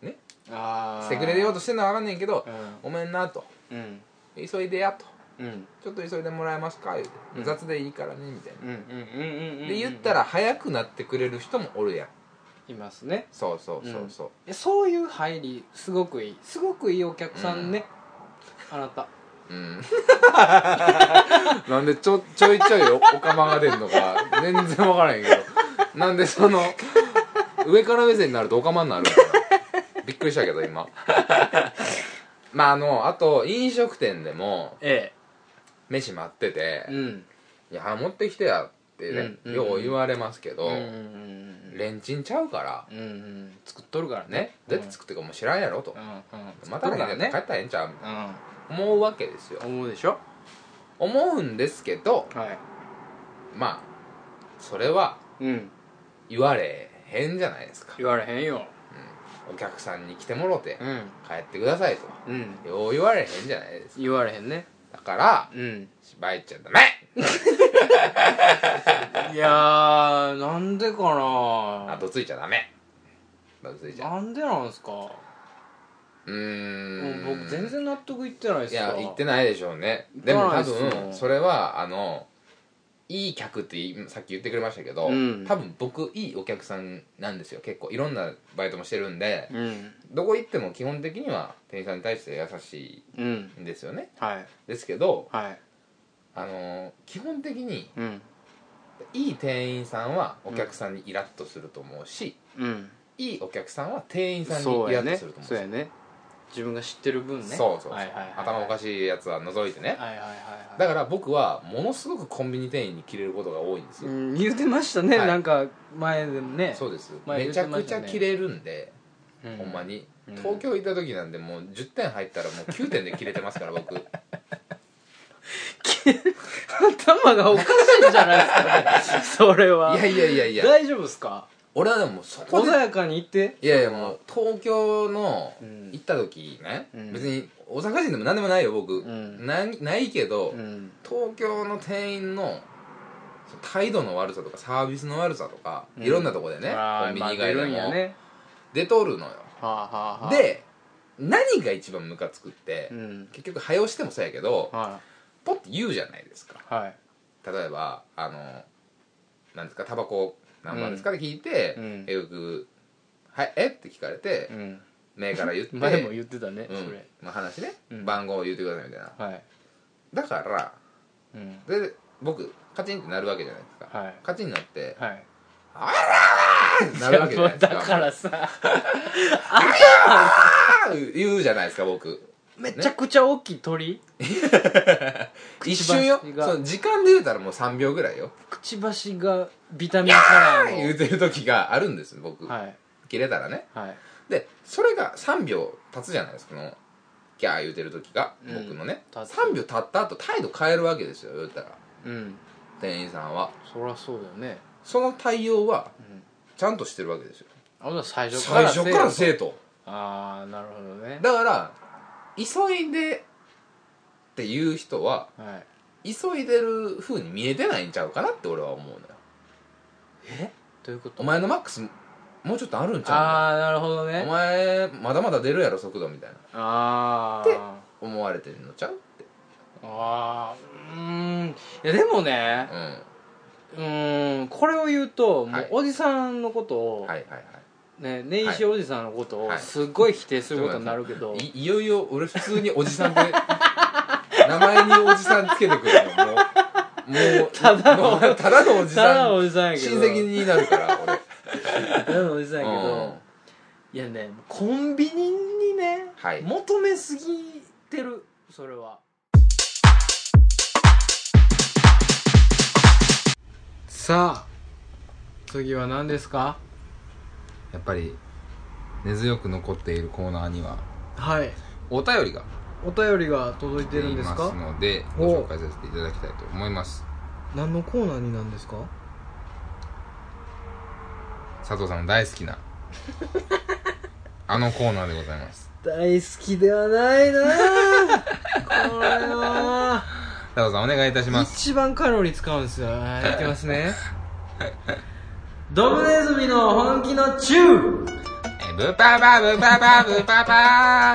Speaker 2: ね
Speaker 1: ああ
Speaker 2: してくれようと
Speaker 1: し
Speaker 2: してんのはわかんねんけど
Speaker 1: う
Speaker 2: ごめんなと
Speaker 1: んうん
Speaker 2: 急いでやと
Speaker 1: うん
Speaker 2: ちょっと急いでもらえますか言うて
Speaker 1: うん
Speaker 2: 雑でいいからねみたいな
Speaker 1: うんうんうんうんうん
Speaker 2: で言ったら早くなってくれる人もおるやん
Speaker 1: いますね
Speaker 2: そうそうそうそ
Speaker 1: えそういう入りすごくいいすごくいいお客さんねあなた
Speaker 2: ううんなんでちょちょいちょいおおかまが出んのか全然分からへんけどなんでその上から目線になるとおかまになるのかなびっくりしたけど今まああのあと飲食店でも
Speaker 1: え
Speaker 2: 飯待ってて
Speaker 1: えうん
Speaker 2: 「いや持ってきてや」ってね、
Speaker 1: うん
Speaker 2: よう言われますけど、
Speaker 1: うんうん
Speaker 2: レンチンちゃうから
Speaker 1: うんうん作っとるから
Speaker 2: ねどうやって作ってるかもう知らんやろと
Speaker 1: う、んうん
Speaker 2: ま
Speaker 1: 作
Speaker 2: た
Speaker 1: っとるから
Speaker 2: ね帰ったらええんちゃう
Speaker 1: うん
Speaker 2: 思うわけですよ
Speaker 1: 思うでしょ
Speaker 2: 思うんですけど
Speaker 1: はい
Speaker 2: まあそれは
Speaker 1: うん
Speaker 2: 言われへんじゃないですか
Speaker 1: 言われへんよ
Speaker 2: お客さんに来てもろて
Speaker 1: うん
Speaker 2: 帰ってください
Speaker 1: うん
Speaker 2: とよう言われへんじゃないですか
Speaker 1: 言われへんね
Speaker 2: だから
Speaker 1: うん
Speaker 2: 芝居ちゃダメ
Speaker 1: いやーなんでか
Speaker 2: あ
Speaker 1: な
Speaker 2: どついちゃダメどついちゃ
Speaker 1: なんでなんすかも
Speaker 2: うー
Speaker 1: うん僕全然納得いってないっ
Speaker 2: い
Speaker 1: す
Speaker 2: や
Speaker 1: わ
Speaker 2: 言って
Speaker 1: ない
Speaker 2: ないでしょうね
Speaker 1: 行って
Speaker 2: でも
Speaker 1: ない
Speaker 2: 多
Speaker 1: っすよ
Speaker 2: 分それはあのいい客っていさっき言ってくれましたけど、
Speaker 1: うん
Speaker 2: 多分僕いいお客さんなんですよ結構いろんなバイトもしてるんで、
Speaker 1: うん
Speaker 2: どこ行っても基本的には店員さんに対して優し
Speaker 1: うん
Speaker 2: いんですよね
Speaker 1: はい
Speaker 2: ですけど
Speaker 1: はい
Speaker 2: あのー基本的に
Speaker 1: うん
Speaker 2: いい店員さんはお客さんにイラッとすると思うし、
Speaker 1: うん
Speaker 2: いいお客さんは店員さんに
Speaker 1: そう
Speaker 2: イ
Speaker 1: や
Speaker 2: ラッと
Speaker 1: ね
Speaker 2: すると思う
Speaker 1: そうやね自分が知ってる分ね
Speaker 2: そうそうそう
Speaker 1: はいはいはい
Speaker 2: 頭おか
Speaker 1: し
Speaker 2: しいやつは除いてね、
Speaker 1: いはいはいはい
Speaker 2: だから僕はものすごくコンビニ店員に切れることが多いんです
Speaker 1: う
Speaker 2: よ、
Speaker 1: ん言うてましたね
Speaker 2: はい
Speaker 1: なんか前でもね
Speaker 2: そうです、
Speaker 1: 前言
Speaker 2: め
Speaker 1: っ
Speaker 2: ち
Speaker 1: て
Speaker 2: ゃ
Speaker 1: ま
Speaker 2: く
Speaker 1: し
Speaker 2: ち
Speaker 1: たね
Speaker 2: ゃ切れるんで、
Speaker 1: うん
Speaker 2: ほんまに、
Speaker 1: うん
Speaker 2: 東京行った時なんでもう10点入ったらもう9点で切れてますか
Speaker 1: (laughs)
Speaker 2: ら僕
Speaker 1: 頭がおかしいんじゃないですか (laughs) ねそれ
Speaker 2: い
Speaker 1: は
Speaker 2: やいやいやいや
Speaker 1: 大丈夫ですか
Speaker 2: 俺はでももうそこ
Speaker 1: 穏
Speaker 2: で
Speaker 1: やかに言って
Speaker 2: いやいやもう東京の
Speaker 1: うん
Speaker 2: 行った時ね、
Speaker 1: うん
Speaker 2: 別に大阪人でも何でもないよ僕、
Speaker 1: ん
Speaker 2: なんないけど、
Speaker 1: うん
Speaker 2: 東京の店員の態度の悪さとかサービスの悪さとか、
Speaker 1: うん
Speaker 2: いろんなとこでね
Speaker 1: あー
Speaker 2: コンビニ以
Speaker 1: まあ
Speaker 2: 外
Speaker 1: 出
Speaker 2: で
Speaker 1: るん
Speaker 2: も、
Speaker 1: やね
Speaker 2: 出とるのよ
Speaker 1: はあはあはあ
Speaker 2: で何が一番ムカつくって、
Speaker 1: うん
Speaker 2: 結局早押してもそうやけど
Speaker 1: は
Speaker 2: ポッて言うじゃないですか
Speaker 1: いはい
Speaker 2: 例えばあのなんですかタバコ何番ですかって聞いて、
Speaker 1: うん
Speaker 2: えよく「はいえっ?」て聞かれて、
Speaker 1: うん
Speaker 2: 目から言っ
Speaker 1: (laughs)
Speaker 2: て
Speaker 1: 前も言ってたね
Speaker 2: うん
Speaker 1: それ
Speaker 2: まあ、話ね、
Speaker 1: うん
Speaker 2: 番号を言ってくださいみたいな
Speaker 1: はい
Speaker 2: だから
Speaker 1: うん
Speaker 2: で僕カチンってなるわけじゃないですか、
Speaker 1: はい
Speaker 2: カチンに
Speaker 1: (laughs)
Speaker 2: なって
Speaker 1: はい
Speaker 2: なるわけじゃないですか
Speaker 1: だからさ
Speaker 2: あー言うじゃないですか僕
Speaker 1: めちゃくちゃ大きい鳥
Speaker 2: 一瞬よ
Speaker 1: く
Speaker 2: そ
Speaker 1: ちばしが
Speaker 2: の時間で言うたらもう3秒ぐらいよ
Speaker 1: くちばしがビタミンカラーの
Speaker 2: 言うてる時があるんです僕、
Speaker 1: はい
Speaker 2: 切れたらね
Speaker 1: はい
Speaker 2: でそれが3秒経つじゃないですかこのギャー言うてる時が、
Speaker 1: うん
Speaker 2: 僕のね
Speaker 1: 経つ
Speaker 2: 3秒経った後態度変えるわけですよ言ったら
Speaker 1: うん
Speaker 2: 店員さんは
Speaker 1: そりゃそうだよね
Speaker 2: その対応は
Speaker 1: うん
Speaker 2: ちゃんとしてるわけですよ
Speaker 1: あほんなら最初か
Speaker 2: 最
Speaker 1: ら
Speaker 2: 初から生徒
Speaker 1: ああなるほどね
Speaker 2: だから急いでっていう人は
Speaker 1: はい
Speaker 2: 急いでる風に見えてないんちゃうかなって俺は思うのよ
Speaker 1: どういうこと
Speaker 2: お前のマックスもうちょっとあるんちゃ
Speaker 1: ああなるほど
Speaker 2: うのお
Speaker 1: ね
Speaker 2: 前まだまだ出るやろ速度みたいな
Speaker 1: ああ
Speaker 2: 思われてるのちゃう
Speaker 1: あーうーんいやでもね
Speaker 2: うんは
Speaker 1: うーんこれを言うとも
Speaker 2: はいう
Speaker 1: おじさんのこと
Speaker 2: い
Speaker 1: を、
Speaker 2: はいはい
Speaker 1: ね根岸おじさんのこと
Speaker 2: は
Speaker 1: を
Speaker 2: い
Speaker 1: すっごい否定することになるけど、
Speaker 2: いいよいよ俺普通におじさんで (laughs) 名前におじさんつけてくるのもうもう
Speaker 1: (laughs) ただの
Speaker 2: もうただのおじ
Speaker 1: ただ
Speaker 2: さ
Speaker 1: の
Speaker 2: ん
Speaker 1: おじさんやけど
Speaker 2: 親戚になるから俺
Speaker 1: ただのおじさんやけど、
Speaker 2: うん
Speaker 1: いやねコンビニにね、
Speaker 2: はい
Speaker 1: 求めすぎてるそれはさあ次は何ですか
Speaker 2: やっぱり根強く残っているコーナーには
Speaker 1: はい
Speaker 2: お便りが
Speaker 1: お便りが届い
Speaker 2: 出
Speaker 1: てるんですか
Speaker 2: ので
Speaker 1: お
Speaker 2: ご紹介させていただきたいと思います
Speaker 1: 何のコーナーになんですか
Speaker 2: 佐藤さんの大好きな (laughs) あのコーナーでございます
Speaker 1: 大好きではないなあこれは
Speaker 2: 佐藤さんお願いいたします
Speaker 1: 一番カロリー使うん (laughs) ですよあーやってますねドブネズミの本気のチュー
Speaker 2: えブーパーパーブーパーパーブーパーパ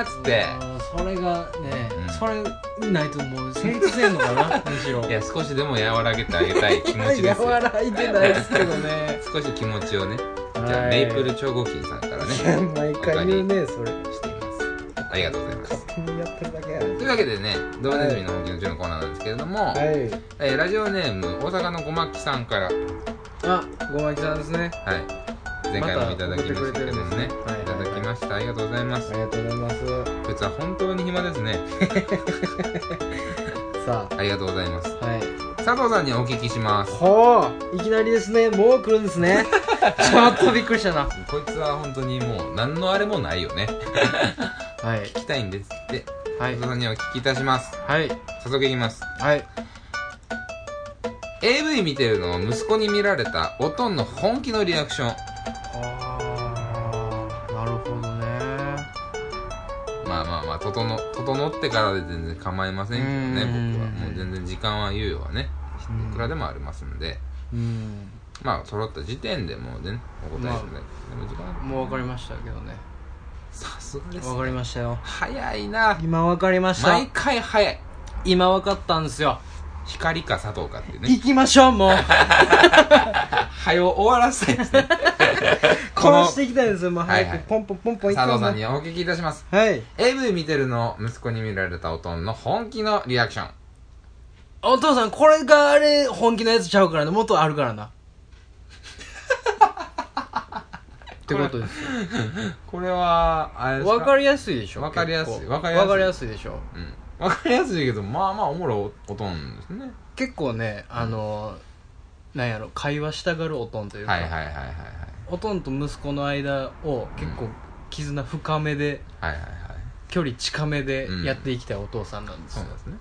Speaker 2: ーっつって
Speaker 1: もうそれがね、
Speaker 2: うん
Speaker 1: それないともう成立せんのか (laughs) なむしろ
Speaker 2: いや少しでも和らげてあげたい気持ちです
Speaker 1: (laughs)
Speaker 2: よ
Speaker 1: 和らいでないですけどね
Speaker 2: 少し気持ちをねじ
Speaker 1: はい
Speaker 2: ゃあメイプル超合金さんからね
Speaker 1: い (laughs) や毎回言うねそれ
Speaker 2: していますありがとうございます
Speaker 1: 勝手にやってるだけや
Speaker 2: というわけでね「ドブネズミの本気の中のコーナーなんですけれども、
Speaker 1: はい
Speaker 2: えーラジオネーム大阪のごまっきさんから、はい、
Speaker 1: あごまきさんですね
Speaker 2: 前回もいただきましたけ
Speaker 1: また送ってくれてる
Speaker 2: どもね
Speaker 1: んですねはい
Speaker 2: いただきましたありがとうございま
Speaker 1: あ
Speaker 2: す
Speaker 1: りがとうございます
Speaker 2: こいつは本当に暇ですね
Speaker 1: さ
Speaker 2: ありがとうございます
Speaker 1: あはい
Speaker 2: 佐藤さんにお聞きします
Speaker 1: ほういきなりですねもう来るんですね (laughs) ちょっとびっくりしたな
Speaker 2: こいつは本当にもう何のあれもないよね
Speaker 1: はい
Speaker 2: 聞きたいんですって
Speaker 1: は
Speaker 2: 佐藤さんにお聞きいたします
Speaker 1: はい
Speaker 2: 早速いきます
Speaker 1: はい
Speaker 2: AV 見てるのを息子に見られたおとんの本気のリアクション
Speaker 1: あーなるほどね
Speaker 2: まあまあまあ整整ってからで全然構いませんけどね
Speaker 1: うん
Speaker 2: 僕はもう全然時間は猶予はね
Speaker 1: うん
Speaker 2: いくらでもありますんで
Speaker 1: うん
Speaker 2: まあ揃った時点でもうねお答えするだけ、でも時間
Speaker 1: もう分かりましたけどね
Speaker 2: さすがです
Speaker 1: 分かりましたよ
Speaker 2: 早いな
Speaker 1: 今分かりました
Speaker 2: 毎回早い
Speaker 1: 今分かったんですよ
Speaker 2: 光か佐藤かっていうね
Speaker 1: 行きましょうもう
Speaker 2: 早う終わらせたいですね (laughs) この
Speaker 1: 殺していきたいんですよもう
Speaker 2: はいは
Speaker 1: 早
Speaker 2: い
Speaker 1: くポンポンポンポン行
Speaker 2: 佐
Speaker 1: こう
Speaker 2: 藤さ
Speaker 1: も
Speaker 2: んにお聞きいたします
Speaker 1: はい
Speaker 2: AV 見てるのを息子に見られたおとんの本気のリアクション
Speaker 1: お父さんこれがあれ本気のやつちゃうからねもっとあるから
Speaker 2: (laughs)
Speaker 1: なってことですよ
Speaker 2: これはあれです
Speaker 1: 分かりやすいでしょ
Speaker 2: わかりやすい
Speaker 1: 結構
Speaker 2: わかりやすい
Speaker 1: わかりやすいでしょ
Speaker 2: うんわかりやすいけどまあまあおもろいおとんですね
Speaker 1: 結構ねあのなんやろ会話したがるおとんというか、
Speaker 2: はいはいはいはいはい
Speaker 1: おとんと息子の間を結
Speaker 2: う
Speaker 1: 構絆深めで
Speaker 2: はいはいはい
Speaker 1: 距離近めで
Speaker 2: うん
Speaker 1: やっていきたいお父さんなんです
Speaker 2: そう
Speaker 1: よ、
Speaker 2: ですね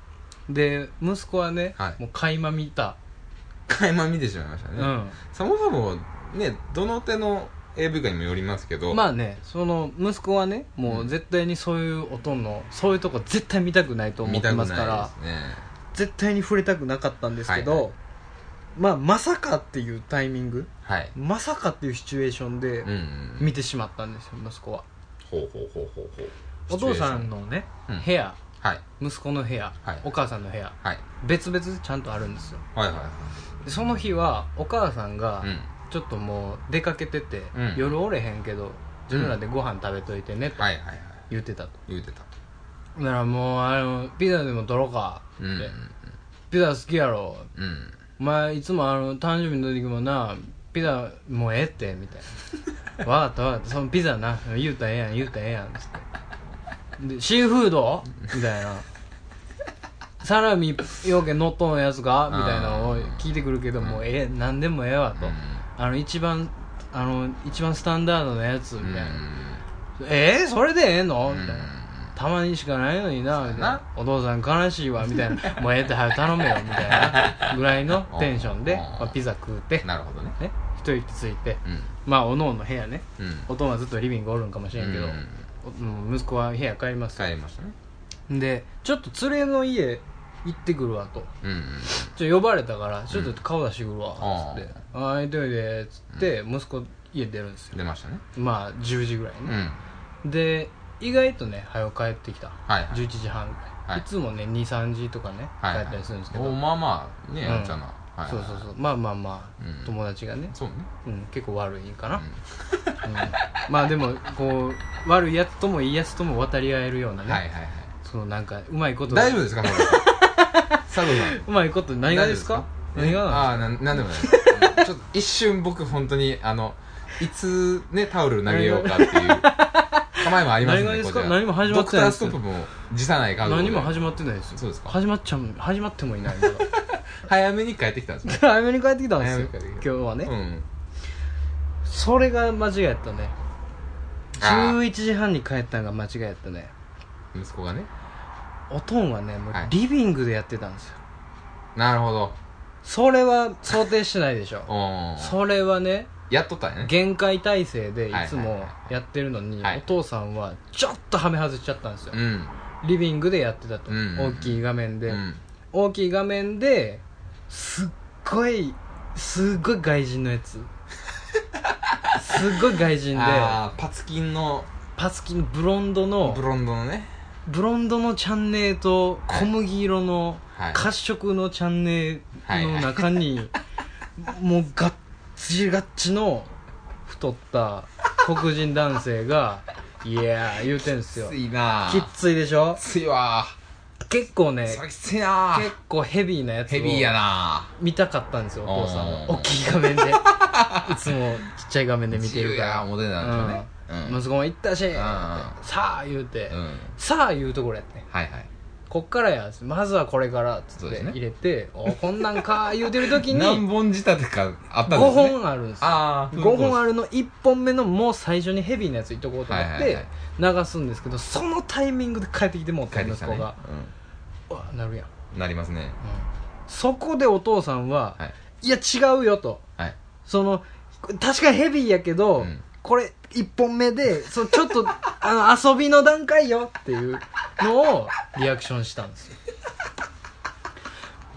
Speaker 1: で息子はね、
Speaker 2: はい
Speaker 1: もう垣間見た、
Speaker 2: 垣間見てしまいましたね、そもそもねどの手の AV かにもよりますけ
Speaker 1: う
Speaker 2: ど
Speaker 1: んまあねその息子はねもう絶対にそういうおとんのそういうとこ絶対見たくないと思
Speaker 2: 見
Speaker 1: って
Speaker 2: たく
Speaker 1: ま
Speaker 2: ないですす
Speaker 1: から
Speaker 2: ね
Speaker 1: 絶対に触れたくなかったんですけど、
Speaker 2: はいはい
Speaker 1: まあ、まさかっていうタイミング
Speaker 2: はい
Speaker 1: まさかっていうシチュエーションで
Speaker 2: うんうんうん
Speaker 1: 見てしまったんですよ息子は
Speaker 2: ほうほうほうほうほう
Speaker 1: お父さんのね
Speaker 2: うん
Speaker 1: 部屋
Speaker 2: はい
Speaker 1: 息子の部屋、
Speaker 2: はい
Speaker 1: お母さんの部屋
Speaker 2: はい
Speaker 1: 別々でちゃんとあるんですよ
Speaker 2: はいはいは
Speaker 1: でその日はお母さんが
Speaker 2: いうん
Speaker 1: ちょっともう出かけてて、
Speaker 2: うん
Speaker 1: 夜おれへんけど自分らでご飯食べといてねと
Speaker 2: はいはいはい
Speaker 1: 言ってたと、
Speaker 2: 言うてた
Speaker 1: ならもうあのピザでも取ろうかって、
Speaker 2: うん
Speaker 1: ピザ好きやろ
Speaker 2: うん
Speaker 1: お前いつもあの誕生日の時もなピザもうええってみたいな
Speaker 2: (laughs)
Speaker 1: わかったわかったそのピザな言うたらええやん言うたらええやんつってでシーフードみたいなサラミ要件ノットのやつかみたいなのを聞いてくるけどもうええ何でもええわと、
Speaker 2: うん
Speaker 1: あの一番あの一番スタンダードなやつみたいな、
Speaker 2: う
Speaker 1: えー、それでええの
Speaker 2: ん
Speaker 1: みたいな、
Speaker 2: う
Speaker 1: たまにしかないのになみたいな
Speaker 2: な
Speaker 1: お父さん悲しいわみたいな
Speaker 2: (laughs)
Speaker 1: もうええって早く頼めよみたいなぐらいのテンションで、
Speaker 2: うん
Speaker 1: まあ、ピザ食うて
Speaker 2: ん、なるほどね
Speaker 1: ね、一息ついて
Speaker 2: うん
Speaker 1: まあおのおの部屋ね
Speaker 2: うん
Speaker 1: お父んはずっとリビングおるんかもしれんけど、
Speaker 2: うん
Speaker 1: おうん息子は部屋帰ります
Speaker 2: 帰りましたね
Speaker 1: でちょっと連れの家行ってくるわと
Speaker 2: うんうん
Speaker 1: ちょ呼ばれたからちょっと顔出してくるわ
Speaker 2: うん
Speaker 1: つって「ああーいといで」っつって息子家出るんですよ
Speaker 2: 出ましたね
Speaker 1: まあ10時ぐらい
Speaker 2: うん
Speaker 1: ね、で意外とね早く帰ってきた
Speaker 2: はいはい
Speaker 1: 11時半ぐらい、
Speaker 2: はい
Speaker 1: い、つもね23時とかね、
Speaker 2: はい
Speaker 1: 帰ったりするんですけ
Speaker 2: お
Speaker 1: ど
Speaker 2: まあまあね
Speaker 1: うん
Speaker 2: やんちゃなはい
Speaker 1: そうそうそうまあまあまあ、
Speaker 2: うん
Speaker 1: 友達がね、
Speaker 2: そうね
Speaker 1: うん、結構悪いんかな、
Speaker 2: うん
Speaker 1: うんまあでもこう悪いやつともいいやつとも渡り合えるようなね、
Speaker 2: はいはいはい
Speaker 1: そのなんかうまいこと
Speaker 2: 大丈夫ですかこれ佐藤さん (laughs)
Speaker 1: うまいこと何がですか何
Speaker 2: 大丈夫です
Speaker 1: が
Speaker 2: ああなんなんでもないです
Speaker 1: (laughs)
Speaker 2: ちょっと一瞬僕本当にあのいつねタオル投げよ
Speaker 1: (laughs)
Speaker 2: うかっていう構えもあります
Speaker 1: 何が
Speaker 2: ね
Speaker 1: ですか
Speaker 2: こちら
Speaker 1: 何も始まってないで
Speaker 2: ドク
Speaker 1: す
Speaker 2: ターストップも辞さないか
Speaker 1: 何も
Speaker 2: 始
Speaker 1: 始まってないですよ
Speaker 2: そうですか
Speaker 1: 始まっちゃう始まってもいない
Speaker 2: (laughs)
Speaker 1: まだ
Speaker 2: 早めに帰ってきたんですね
Speaker 1: 早めに帰ってきたんですよ
Speaker 2: 早めに帰って
Speaker 1: 今
Speaker 2: き
Speaker 1: 日
Speaker 2: た
Speaker 1: はね、
Speaker 2: うん
Speaker 1: それが間違いやったね
Speaker 2: あー
Speaker 1: 11時半に帰ったのが間違いやったね
Speaker 2: 息子がね
Speaker 1: おとんはねもう
Speaker 2: はい
Speaker 1: リビングでやってたんですよ、
Speaker 2: なるほど
Speaker 1: それは想定してないでしょ
Speaker 2: うん
Speaker 1: それはね
Speaker 2: やっとったんやね
Speaker 1: 限界体制でい
Speaker 2: はいはいはい
Speaker 1: つもやってるのに、
Speaker 2: はい
Speaker 1: お父さんはちょっとはめ外しちゃったんですよ、
Speaker 2: うん
Speaker 1: リビングでやってたと、
Speaker 2: うんうんうん
Speaker 1: 大きい画面で、
Speaker 2: うん
Speaker 1: 大きい画面ですっごいすっごい外人のや
Speaker 2: (laughs)
Speaker 1: つすっごい外人で
Speaker 2: あーパツキンの
Speaker 1: パツキンブロンドの
Speaker 2: ブロンドのね
Speaker 1: ブロンドのチャンネルと小麦色の
Speaker 2: はい
Speaker 1: 褐色のチャンネルの中にもうガッチガッチの太った黒人男性が「いやー」言うてんすよ
Speaker 2: いな
Speaker 1: きっついでしょ
Speaker 2: ついわ
Speaker 1: 結構ね
Speaker 2: それきついな
Speaker 1: 結構ヘビーなやつ
Speaker 2: ヘビーや
Speaker 1: を
Speaker 2: な
Speaker 1: 見たかったんですよお父さんは
Speaker 2: おー
Speaker 1: 大きい画
Speaker 2: (laughs)
Speaker 1: 面でいつもちっちゃい画面で見てる
Speaker 2: 自由や
Speaker 1: か
Speaker 2: 思てたんでしょ
Speaker 1: ら
Speaker 2: うね
Speaker 1: 息子も行ったし
Speaker 2: ん
Speaker 1: さあ言うて
Speaker 2: うんうん
Speaker 1: さあ言うところやって
Speaker 2: はいはい
Speaker 1: こっからやまずはこれからっつ
Speaker 2: そ
Speaker 1: っ
Speaker 2: う
Speaker 1: て
Speaker 2: ですね
Speaker 1: 入れて、おこんなんか
Speaker 2: (laughs)
Speaker 1: 言うてる時に
Speaker 2: 何本仕立てかあったんで
Speaker 1: 5
Speaker 2: すね
Speaker 1: 本あるんですよ
Speaker 2: ああ
Speaker 1: 5本あるの1本目のもう最初にヘビーなやついっとこうと思っ
Speaker 2: はいはい
Speaker 1: て流すんですけどそのタイミングで帰ってきてもう
Speaker 2: 帰
Speaker 1: て
Speaker 2: って
Speaker 1: 息
Speaker 2: きた
Speaker 1: 子
Speaker 2: ね
Speaker 1: がうわなるやん、うん
Speaker 2: うんなりますね
Speaker 1: そこでお父さんは
Speaker 2: はい
Speaker 1: いや違うよと
Speaker 2: はい
Speaker 1: その確かにヘビーやけど、
Speaker 2: うん
Speaker 1: これ1本目でそのちょっと (laughs) あの遊びの段階よっていうのをリアクションしたんですよ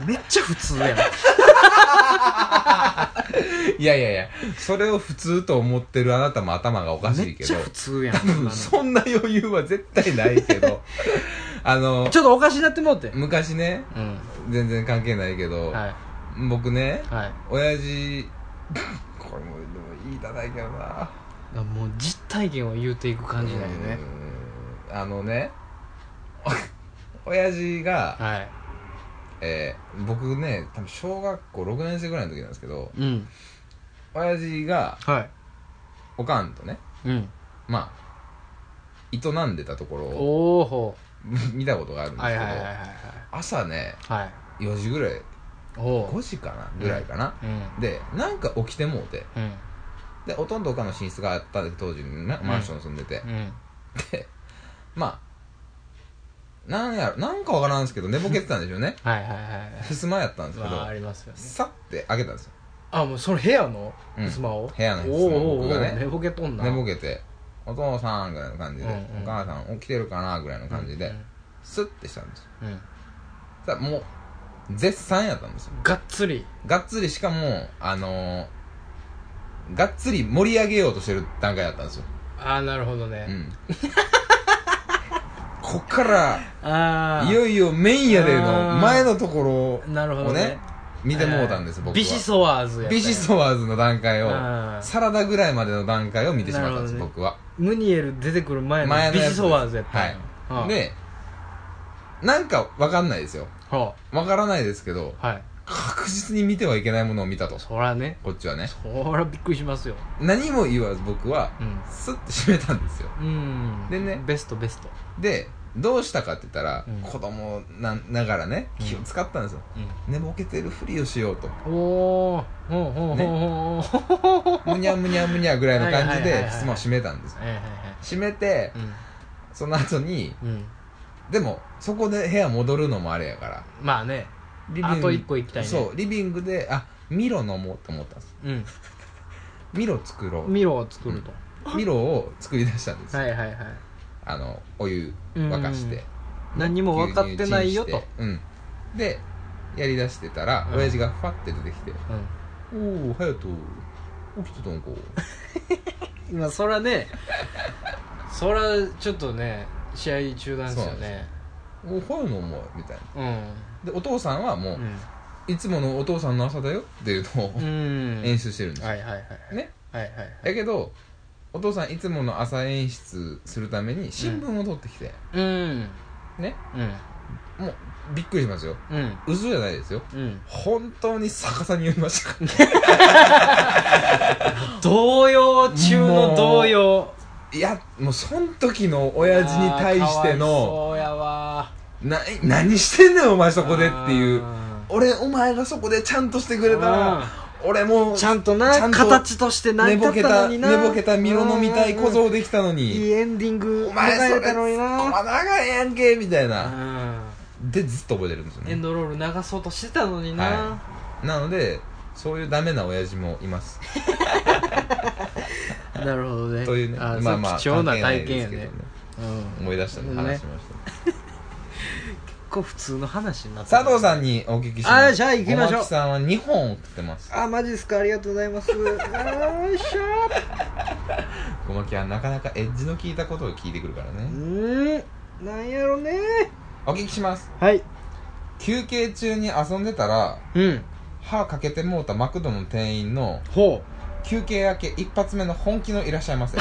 Speaker 1: めっちゃ普通やん
Speaker 2: (laughs) いやいやいやそれを普通と思ってるあなたも頭がおかし
Speaker 1: め
Speaker 2: い
Speaker 1: っ
Speaker 2: け
Speaker 1: ち
Speaker 2: ど
Speaker 1: ゃ普通やん (laughs)
Speaker 2: 多分そんな余裕は絶対ないけ (laughs) どあの
Speaker 1: ちょっとおかしになってもうて
Speaker 2: 昔ね
Speaker 1: うん
Speaker 2: 全然関係ないけど
Speaker 1: はい
Speaker 2: 僕ね
Speaker 1: はい
Speaker 2: 親父 (laughs) これもでも言いたないけどな
Speaker 1: がもう実体験を言うていく感じだよね
Speaker 2: うーんあのね親父が、
Speaker 1: はい
Speaker 2: えー僕ね多分小学校6年生ぐらいの時なんですけど
Speaker 1: うん
Speaker 2: 親父が
Speaker 1: は
Speaker 2: おかんとね
Speaker 1: いうん
Speaker 2: まあ営んでたところ
Speaker 1: お
Speaker 2: を
Speaker 1: お
Speaker 2: 見たことがあるんです
Speaker 1: は
Speaker 2: け
Speaker 1: い
Speaker 2: ど、
Speaker 1: はいはいはい
Speaker 2: 朝ね
Speaker 1: はいはい
Speaker 2: 4時ぐらい
Speaker 1: おお
Speaker 2: 5時かなぐらいかな、
Speaker 1: うん
Speaker 2: でなんか起きてもうて
Speaker 1: うん
Speaker 2: でほとんどおかんの寝室があったんです当時なマンション住んでて、
Speaker 1: うん
Speaker 2: でまあなんやろなんかわからんすけど寝ぼけてたんでしょうね (laughs)
Speaker 1: はいはいはい
Speaker 2: ふすまやったんですけど
Speaker 1: まあありますよね
Speaker 2: さって開けたんですよ
Speaker 1: あもうその部屋の
Speaker 2: うん
Speaker 1: スマホ、
Speaker 2: 部屋のスマホ
Speaker 1: おーおーお
Speaker 2: 僕が
Speaker 1: ー
Speaker 2: ね
Speaker 1: 寝ぼけとんな
Speaker 2: 寝ぼけて「お父さん」ぐらいの感じで
Speaker 1: うんう
Speaker 2: 「
Speaker 1: ん
Speaker 2: お母さん起きてるかな」ぐらいの感じ
Speaker 1: う
Speaker 2: で
Speaker 1: ん
Speaker 2: スッてしたんですよ
Speaker 1: うん
Speaker 2: さあもう絶賛やったんですよ
Speaker 1: がっつり
Speaker 2: がっつりしかもあのー、がっつり盛り上げようとしてる段階だったんですよ
Speaker 1: ああなるほどね、
Speaker 2: うん (laughs) こっから
Speaker 1: ああ
Speaker 2: いよいよメインやでの
Speaker 1: あー
Speaker 2: 前のところを
Speaker 1: なるほどね
Speaker 2: 見てもうたんです、僕は
Speaker 1: ビシソワーズやった
Speaker 2: ビシソワーズの段階を
Speaker 1: あー
Speaker 2: サラダぐらいまでの段階を見てしまったんです、
Speaker 1: なるほどね
Speaker 2: 僕は
Speaker 1: ムニエル出てくる前の
Speaker 2: 前の
Speaker 1: ビ
Speaker 2: やつ
Speaker 1: シソワーズやったんや
Speaker 2: は
Speaker 1: あ
Speaker 2: い
Speaker 1: あ
Speaker 2: でなんかわかんないですよ
Speaker 1: は
Speaker 2: わからないですけど
Speaker 1: あはい
Speaker 2: 確実に見てはいけないものを見たと
Speaker 1: そらね
Speaker 2: こっちはね
Speaker 1: そらびっくりしますよ
Speaker 2: 何も言わず僕は
Speaker 1: うん
Speaker 2: スッと閉めたんですよ
Speaker 1: うん
Speaker 2: でね
Speaker 1: ベストベスト
Speaker 2: でどうしたかって言ったら、
Speaker 1: うん
Speaker 2: 子供なながらね気を使ったんですよ、寝ぼけてるふりをしよ
Speaker 1: (laughs)
Speaker 2: うと
Speaker 1: おおーほうほうほうほうほうほうほう
Speaker 2: むにゃむにゃむにゃぐらいの感じ
Speaker 1: はいはいはい
Speaker 2: で
Speaker 1: はい
Speaker 2: 質問を閉めたんです
Speaker 1: はいはいは
Speaker 2: 閉めて
Speaker 1: い
Speaker 2: その後に
Speaker 1: うんうん
Speaker 2: でもそこで部屋戻るのもあれやから
Speaker 1: まあね
Speaker 2: リビン
Speaker 1: あ
Speaker 2: グ
Speaker 1: と一個行きたいね
Speaker 2: そうリビングであミロ飲もうと思ったんです
Speaker 1: うん
Speaker 2: ミロ作ろ
Speaker 1: ミロを作ると
Speaker 2: うミロを作り出したんです、
Speaker 1: はいはいはい
Speaker 2: あのお湯沸かして
Speaker 1: 何も分かってないよと
Speaker 2: 牛乳チンしてうんでやりだしてたら、
Speaker 1: うん
Speaker 2: 親父がファッて出てきて
Speaker 1: うん
Speaker 2: 「おお隼人起きてたんか」
Speaker 1: 今そらね (laughs) そらちょっとね試合中断ですよね
Speaker 2: 「おお隼人お前」みたいな
Speaker 1: うん
Speaker 2: でお父さんはもう、
Speaker 1: うん
Speaker 2: いつものお父さんの朝だよ」っていうのを
Speaker 1: うん
Speaker 2: 演出してるんですよ、
Speaker 1: はいはいはいはい
Speaker 2: ね
Speaker 1: はいはいはい
Speaker 2: だけどお父さんいつもの朝演出するために新聞を取ってきて、
Speaker 1: うん
Speaker 2: ね
Speaker 1: うん
Speaker 2: もうびっくりしますよ
Speaker 1: うん
Speaker 2: 嘘じゃないですよ
Speaker 1: うん
Speaker 2: 本当に逆さに読みましたから
Speaker 1: 動揺中の動揺
Speaker 2: いやもうその時の親父に対して
Speaker 1: あーか
Speaker 2: の
Speaker 1: わいそうやわ
Speaker 2: な何してんねんお前そこでっていう
Speaker 1: あ
Speaker 2: 俺お前がそこでちゃんとしてくれた
Speaker 1: うん
Speaker 2: ら俺も
Speaker 1: ーちゃんとな
Speaker 2: ちゃんと
Speaker 1: 形として成り
Speaker 2: 寝ぼ
Speaker 1: 立
Speaker 2: け
Speaker 1: った
Speaker 2: た
Speaker 1: のにな
Speaker 2: 寝ぼけたミロ飲みたい小
Speaker 1: うんうん
Speaker 2: 僧できたの
Speaker 1: うんい
Speaker 2: に
Speaker 1: いエンディング
Speaker 2: お
Speaker 1: 迎
Speaker 2: 前そ
Speaker 1: え
Speaker 2: れ
Speaker 1: たのにな
Speaker 2: ま長いやんけみたいな
Speaker 1: うん
Speaker 2: でずっと覚えてるんですよ
Speaker 1: エン
Speaker 2: ね
Speaker 1: ドロール流そうとしてたのにな
Speaker 2: はなのでそういうダメな親父もいます
Speaker 1: なるほどね
Speaker 2: というね
Speaker 1: あー
Speaker 2: まあまあ
Speaker 1: 貴重な
Speaker 2: 関係ない
Speaker 1: 体験
Speaker 2: で
Speaker 1: や
Speaker 2: すけど
Speaker 1: ね
Speaker 2: ね
Speaker 1: うん
Speaker 2: 思い出したね
Speaker 1: ね
Speaker 2: 話しました
Speaker 1: 結構普通の話になった
Speaker 2: 佐藤さんにお聞きします
Speaker 1: あじゃあ行きましょう
Speaker 2: 小牧さんは2本送ってます
Speaker 1: あマジですかありがとうございますよいしょ
Speaker 2: 小牧はなかなかエッジの効いたことを聞いてくるから
Speaker 1: う
Speaker 2: ね
Speaker 1: ーんなんやろね
Speaker 2: お聞きします
Speaker 1: はい
Speaker 2: 休憩中に遊んでたら
Speaker 1: うん
Speaker 2: 歯かけてもうたマクドの店員の
Speaker 1: ほ
Speaker 2: 休憩明け一発目の本気のいらっしゃいま (laughs) せ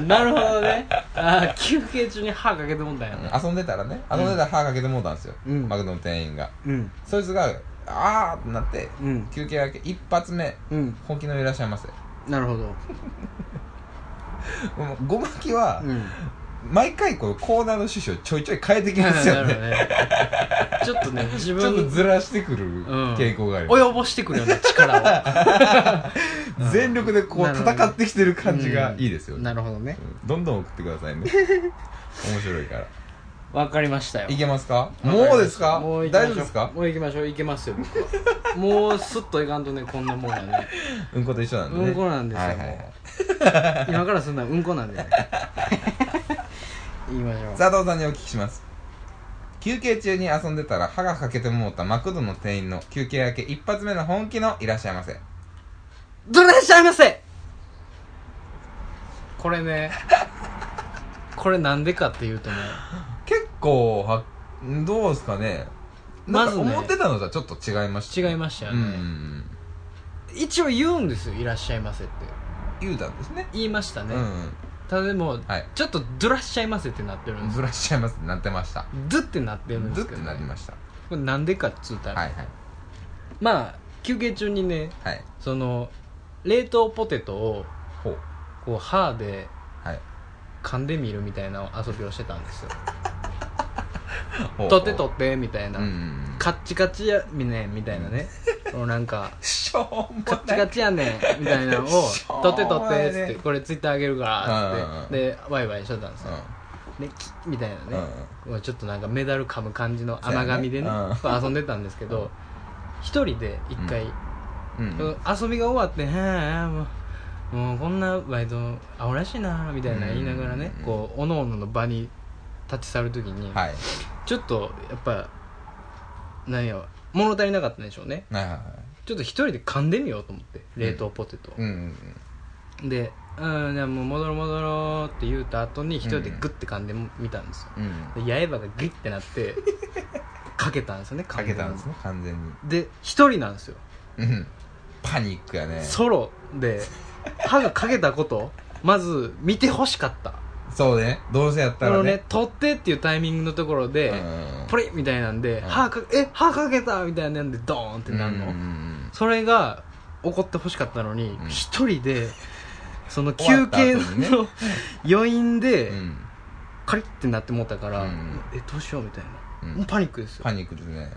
Speaker 1: うなるほどね (laughs) あー休憩中に歯かけてもんだよな
Speaker 2: 遊んでたらね遊んでたら歯かけてもうたんですよ、
Speaker 1: うん
Speaker 2: マクドの店員が
Speaker 1: うん
Speaker 2: そいつがあーってなって
Speaker 1: うん
Speaker 2: 休憩明け一発目
Speaker 1: うん
Speaker 2: 本気のいらっしゃいませ
Speaker 1: なるほど
Speaker 2: もうごまきは、
Speaker 1: うん
Speaker 2: 毎回こうコーナーの趣旨をちょいちょい変えてきますよ
Speaker 1: (laughs) な
Speaker 2: ね
Speaker 1: るほどねちょっとね (laughs) 自
Speaker 2: ちょっと
Speaker 1: 分
Speaker 2: ずらしてくる
Speaker 1: うん
Speaker 2: 傾向があります、
Speaker 1: 及ぼしてくるような力をうん
Speaker 2: 全力でこう
Speaker 1: なるほど
Speaker 2: 戦ってきてる感じがいいですよ、
Speaker 1: なるほどね
Speaker 2: うんどんどん送ってくださ
Speaker 1: (laughs)
Speaker 2: いね面白いから
Speaker 1: わかりましたよ
Speaker 2: いけますかもうですか
Speaker 1: もう
Speaker 2: 大
Speaker 1: 行きましょう
Speaker 2: 丈夫ですか
Speaker 1: もう行きましょう行けますよ僕はもうスッといかんとねこんなもんは
Speaker 2: (laughs)
Speaker 1: ね
Speaker 2: うんこと一緒なんでね
Speaker 1: うんこなんですよ
Speaker 2: はいはいはい
Speaker 1: 今からすんならうんこなん
Speaker 2: (laughs)
Speaker 1: でね行きましょう
Speaker 2: 佐藤さんにお聞きします休憩中に遊んでたら歯が欠けてもうたマクドの店員の休憩明け一発目の本気のいらっしゃいませ
Speaker 1: どれいらっしゃいませこれねこれなんでかっていうとね
Speaker 2: 結構はどうですかね
Speaker 1: まずね
Speaker 2: なんか思ってたのとはちょっと違いました、
Speaker 1: 違いましたよね
Speaker 2: うん
Speaker 1: 一応言うんですよ「いらっしゃいませ」って
Speaker 2: 言うたんですね
Speaker 1: 言いましたね、
Speaker 2: うん
Speaker 1: ただでも、
Speaker 2: はい
Speaker 1: ちょっと「どらっしゃいませ」ってなってるんです
Speaker 2: ずらしちゃいますってなってました
Speaker 1: ドゥってなってるんで
Speaker 2: ずっ
Speaker 1: すけ
Speaker 2: て
Speaker 1: ど、
Speaker 2: なり
Speaker 1: ね、
Speaker 2: ました
Speaker 1: これなんでかっつうたら、
Speaker 2: はいはい
Speaker 1: まあ休憩中にね
Speaker 2: はい
Speaker 1: その冷凍ポテトを
Speaker 2: ほう
Speaker 1: こう歯で
Speaker 2: はい
Speaker 1: 噛んでみるみたいな遊びをしてたんですよ
Speaker 2: ほう
Speaker 1: 取って取ってみたいな、
Speaker 2: うんうんうん
Speaker 1: カッチカチやねんみたいなね、そのなん
Speaker 2: (laughs)
Speaker 1: か
Speaker 2: しょうも
Speaker 1: カッチ
Speaker 2: ない
Speaker 1: カチやねんみた
Speaker 2: (laughs)
Speaker 1: いなのを
Speaker 2: しょうも
Speaker 1: 取って取ってっつ
Speaker 2: な
Speaker 1: っ
Speaker 2: い
Speaker 1: て
Speaker 2: ね
Speaker 1: これツイッターあげるからっつってでワイワイしとったんですよ、でキッみたいなね、
Speaker 2: うんうん
Speaker 1: こうちょっとなんかメダル噛む感じの甘噛みでね
Speaker 2: そうやねうん
Speaker 1: こう遊んでたんですけど一、人で一回、
Speaker 2: うんうんうん
Speaker 1: 遊びが終わって「へえもうもうこんなバイト青らしいな」みたいな言いながらね
Speaker 2: うん
Speaker 1: こうおのおのの場に立ち去る時に、
Speaker 2: はい
Speaker 1: ちょっとやっぱ何や物足りなかったんでしょうね
Speaker 2: はいはいはい
Speaker 1: ちょっと一人で噛んでみようと思って冷凍ポテト、
Speaker 2: うんうん
Speaker 1: で「うんじゃあもう戻ろう戻ろう」って言うた後に一人でグッて噛んでみたんですよ、
Speaker 2: うんうん
Speaker 1: で八重歯がギュッてなって
Speaker 2: (laughs)
Speaker 1: かけたんですよね
Speaker 2: か
Speaker 1: 完
Speaker 2: け
Speaker 1: 全に
Speaker 2: たんですね完全に
Speaker 1: で一人なんですよ
Speaker 2: うんパニックやね
Speaker 1: ソロで歯がかけたことまず見てほしかった
Speaker 2: そうねどうせやった
Speaker 1: こ
Speaker 2: ら
Speaker 1: の
Speaker 2: ね
Speaker 1: ね取ってっていうタイミングのところで、
Speaker 2: うん
Speaker 1: ポリッみたいなんで、
Speaker 2: ん
Speaker 1: 歯かえ歯かけたみたいなんでドーンってなるの、
Speaker 2: うんうんうん
Speaker 1: それが怒ってほしかったのに
Speaker 2: うん
Speaker 1: 一、人でその
Speaker 2: 終わ
Speaker 1: 休
Speaker 2: った後
Speaker 1: 憩の
Speaker 2: にね
Speaker 1: 余韻で、
Speaker 2: うん
Speaker 1: カリッてなってもうたから、
Speaker 2: うん
Speaker 1: えどうしようみたいな、
Speaker 2: うん
Speaker 1: もうパニックですよ
Speaker 2: パニックですね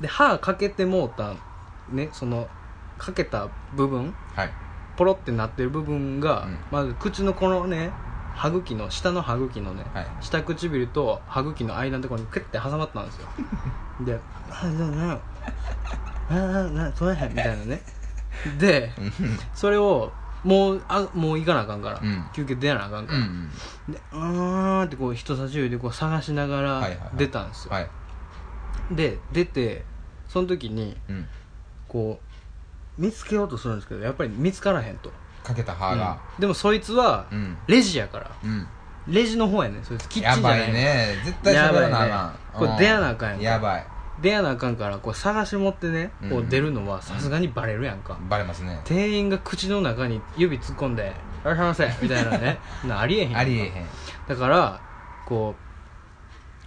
Speaker 1: で歯かけてもうたねそのかけた部分
Speaker 2: はい
Speaker 1: ポロってなってる部分が、
Speaker 2: うん
Speaker 1: まず口のこのね歯茎の下の歯茎のね、
Speaker 2: はい
Speaker 1: 下唇と歯茎の間のところにクッて挟まったん
Speaker 2: (laughs)
Speaker 1: ですよで「あななあな取れへん」みたいなねで
Speaker 2: うん
Speaker 1: それをもうあもう行かなあかんから、
Speaker 2: うん
Speaker 1: 休憩出なあかんか
Speaker 2: う
Speaker 1: ら、
Speaker 2: ん
Speaker 1: でうーんってこう人差し指でこう探しながら
Speaker 2: はいはいはい
Speaker 1: 出たんですよ、
Speaker 2: はい
Speaker 1: で出てその時に
Speaker 2: うん
Speaker 1: こう見つけようとするんですけどやっぱり見つからへんと、
Speaker 2: かけた歯が
Speaker 1: うんでもそいつは
Speaker 2: うん
Speaker 1: レジやから
Speaker 2: うん
Speaker 1: レジの方やねんそいつキッ
Speaker 2: や
Speaker 1: チンじゃ
Speaker 2: ば
Speaker 1: ないい
Speaker 2: ね絶対喋らなあか
Speaker 1: やば
Speaker 2: ん
Speaker 1: いねこれ出やなあかんやん
Speaker 2: ややばい
Speaker 1: 出やなあかんからこう探し持ってねこ
Speaker 2: う
Speaker 1: うん出るのはさすがにバレるやんか、
Speaker 2: バレますね
Speaker 1: 店員が口の中に指突っ込んで「いらっしゃいませ」みたいな
Speaker 2: (laughs)
Speaker 1: ねなありえへんやんか
Speaker 2: ありえへん
Speaker 1: だからこう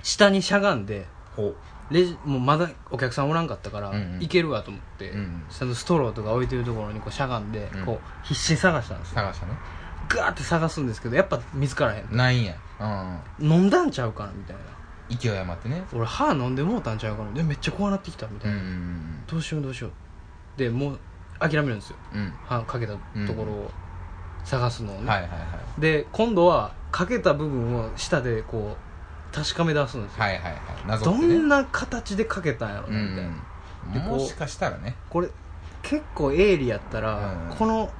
Speaker 1: 下にしゃがんで
Speaker 2: ほ
Speaker 1: レジもうまだお客さんおらんかったから、
Speaker 2: うんうん
Speaker 1: いけるわと思って、
Speaker 2: うんうん
Speaker 1: 下のストローとか置いてるところにこうしゃがんで、
Speaker 2: うん
Speaker 1: こう必死に探したんですよ
Speaker 2: 探したね
Speaker 1: ガーって探すんですけどやっぱ見つからへん
Speaker 2: ないんやう
Speaker 1: 飲んだんちゃうかなみたいなん
Speaker 2: 勢い余ってね
Speaker 1: 俺歯飲んでもうたんちゃうかなでめっちゃ怖なってきたみた
Speaker 2: う
Speaker 1: い
Speaker 2: ん
Speaker 1: な、どうしようどうしようでもう諦めるんですよ
Speaker 2: うん
Speaker 1: 歯かけたところを探すのを
Speaker 2: う
Speaker 1: ね、
Speaker 2: んはいはいはい
Speaker 1: で今度はかけた部分を舌でこう確かめ出すんですよ、
Speaker 2: はいはいはい謎
Speaker 1: ど
Speaker 2: ってね
Speaker 1: んな形でかけたんやろ
Speaker 2: う
Speaker 1: なみたいな、
Speaker 2: ん
Speaker 1: でこう
Speaker 2: もしかしたらね
Speaker 1: これ結構鋭利やったら、
Speaker 2: うん
Speaker 1: この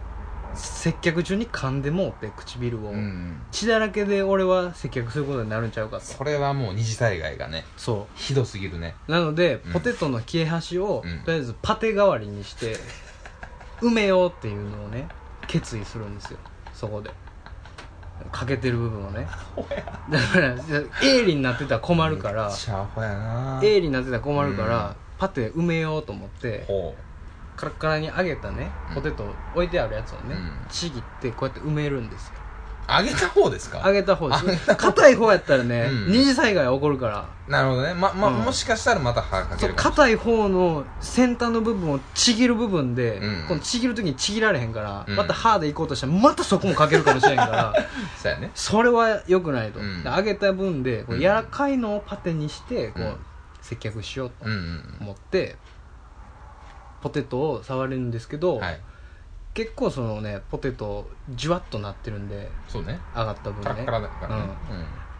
Speaker 1: 接客中に噛んでもうて唇を、
Speaker 2: うん
Speaker 1: 血だらけで俺は接客することになるんちゃうかと
Speaker 2: それはもう二次災害がね
Speaker 1: そ
Speaker 2: ひどすぎるね
Speaker 1: うなので、
Speaker 2: うん
Speaker 1: ポテトの切れ端を、
Speaker 2: うん
Speaker 1: とりあえずパテ代わりにして埋めようっていうのをね決意するんですよそこで欠けてる部分をねだから鋭利になってたら困るから
Speaker 2: めっちゃアホやな
Speaker 1: 鋭利になってたら困るから、
Speaker 2: うん
Speaker 1: パテ埋めようと思って
Speaker 2: ほ
Speaker 1: カラッカラに揚げたね
Speaker 2: うん
Speaker 1: ポテト置いてあるやつをね、
Speaker 2: うん
Speaker 1: ちぎってこうやって埋めるんですよ
Speaker 2: う揚げた方ですか
Speaker 1: 揚げた方
Speaker 2: (laughs)
Speaker 1: です硬い方やったらね、
Speaker 2: うん
Speaker 1: 二次災害起こるから
Speaker 2: なるほどねまま
Speaker 1: うん
Speaker 2: もしかしたらまた歯かけ
Speaker 1: そう
Speaker 2: るかも
Speaker 1: 硬い方の先端の部分をちぎる部分で、
Speaker 2: うん
Speaker 1: このちぎる時にちぎられへんから、
Speaker 2: うん
Speaker 1: また歯でいこうとしたらまたそこもかけるかもしれんから
Speaker 2: (laughs) そうやね
Speaker 1: それは良くないと、
Speaker 2: うん
Speaker 1: で揚げた分でこう
Speaker 2: うん
Speaker 1: 柔らかいのをパテにしてこう、
Speaker 2: うん
Speaker 1: 接客しようと
Speaker 2: うんうん
Speaker 1: 思って、ポテトを触れるんですけ
Speaker 2: う
Speaker 1: ど、
Speaker 2: んはい
Speaker 1: 結構そのねポテトじゅわっとなってるんで
Speaker 2: そうね
Speaker 1: 上がった分
Speaker 2: カラ
Speaker 1: ね
Speaker 2: ッカラだからね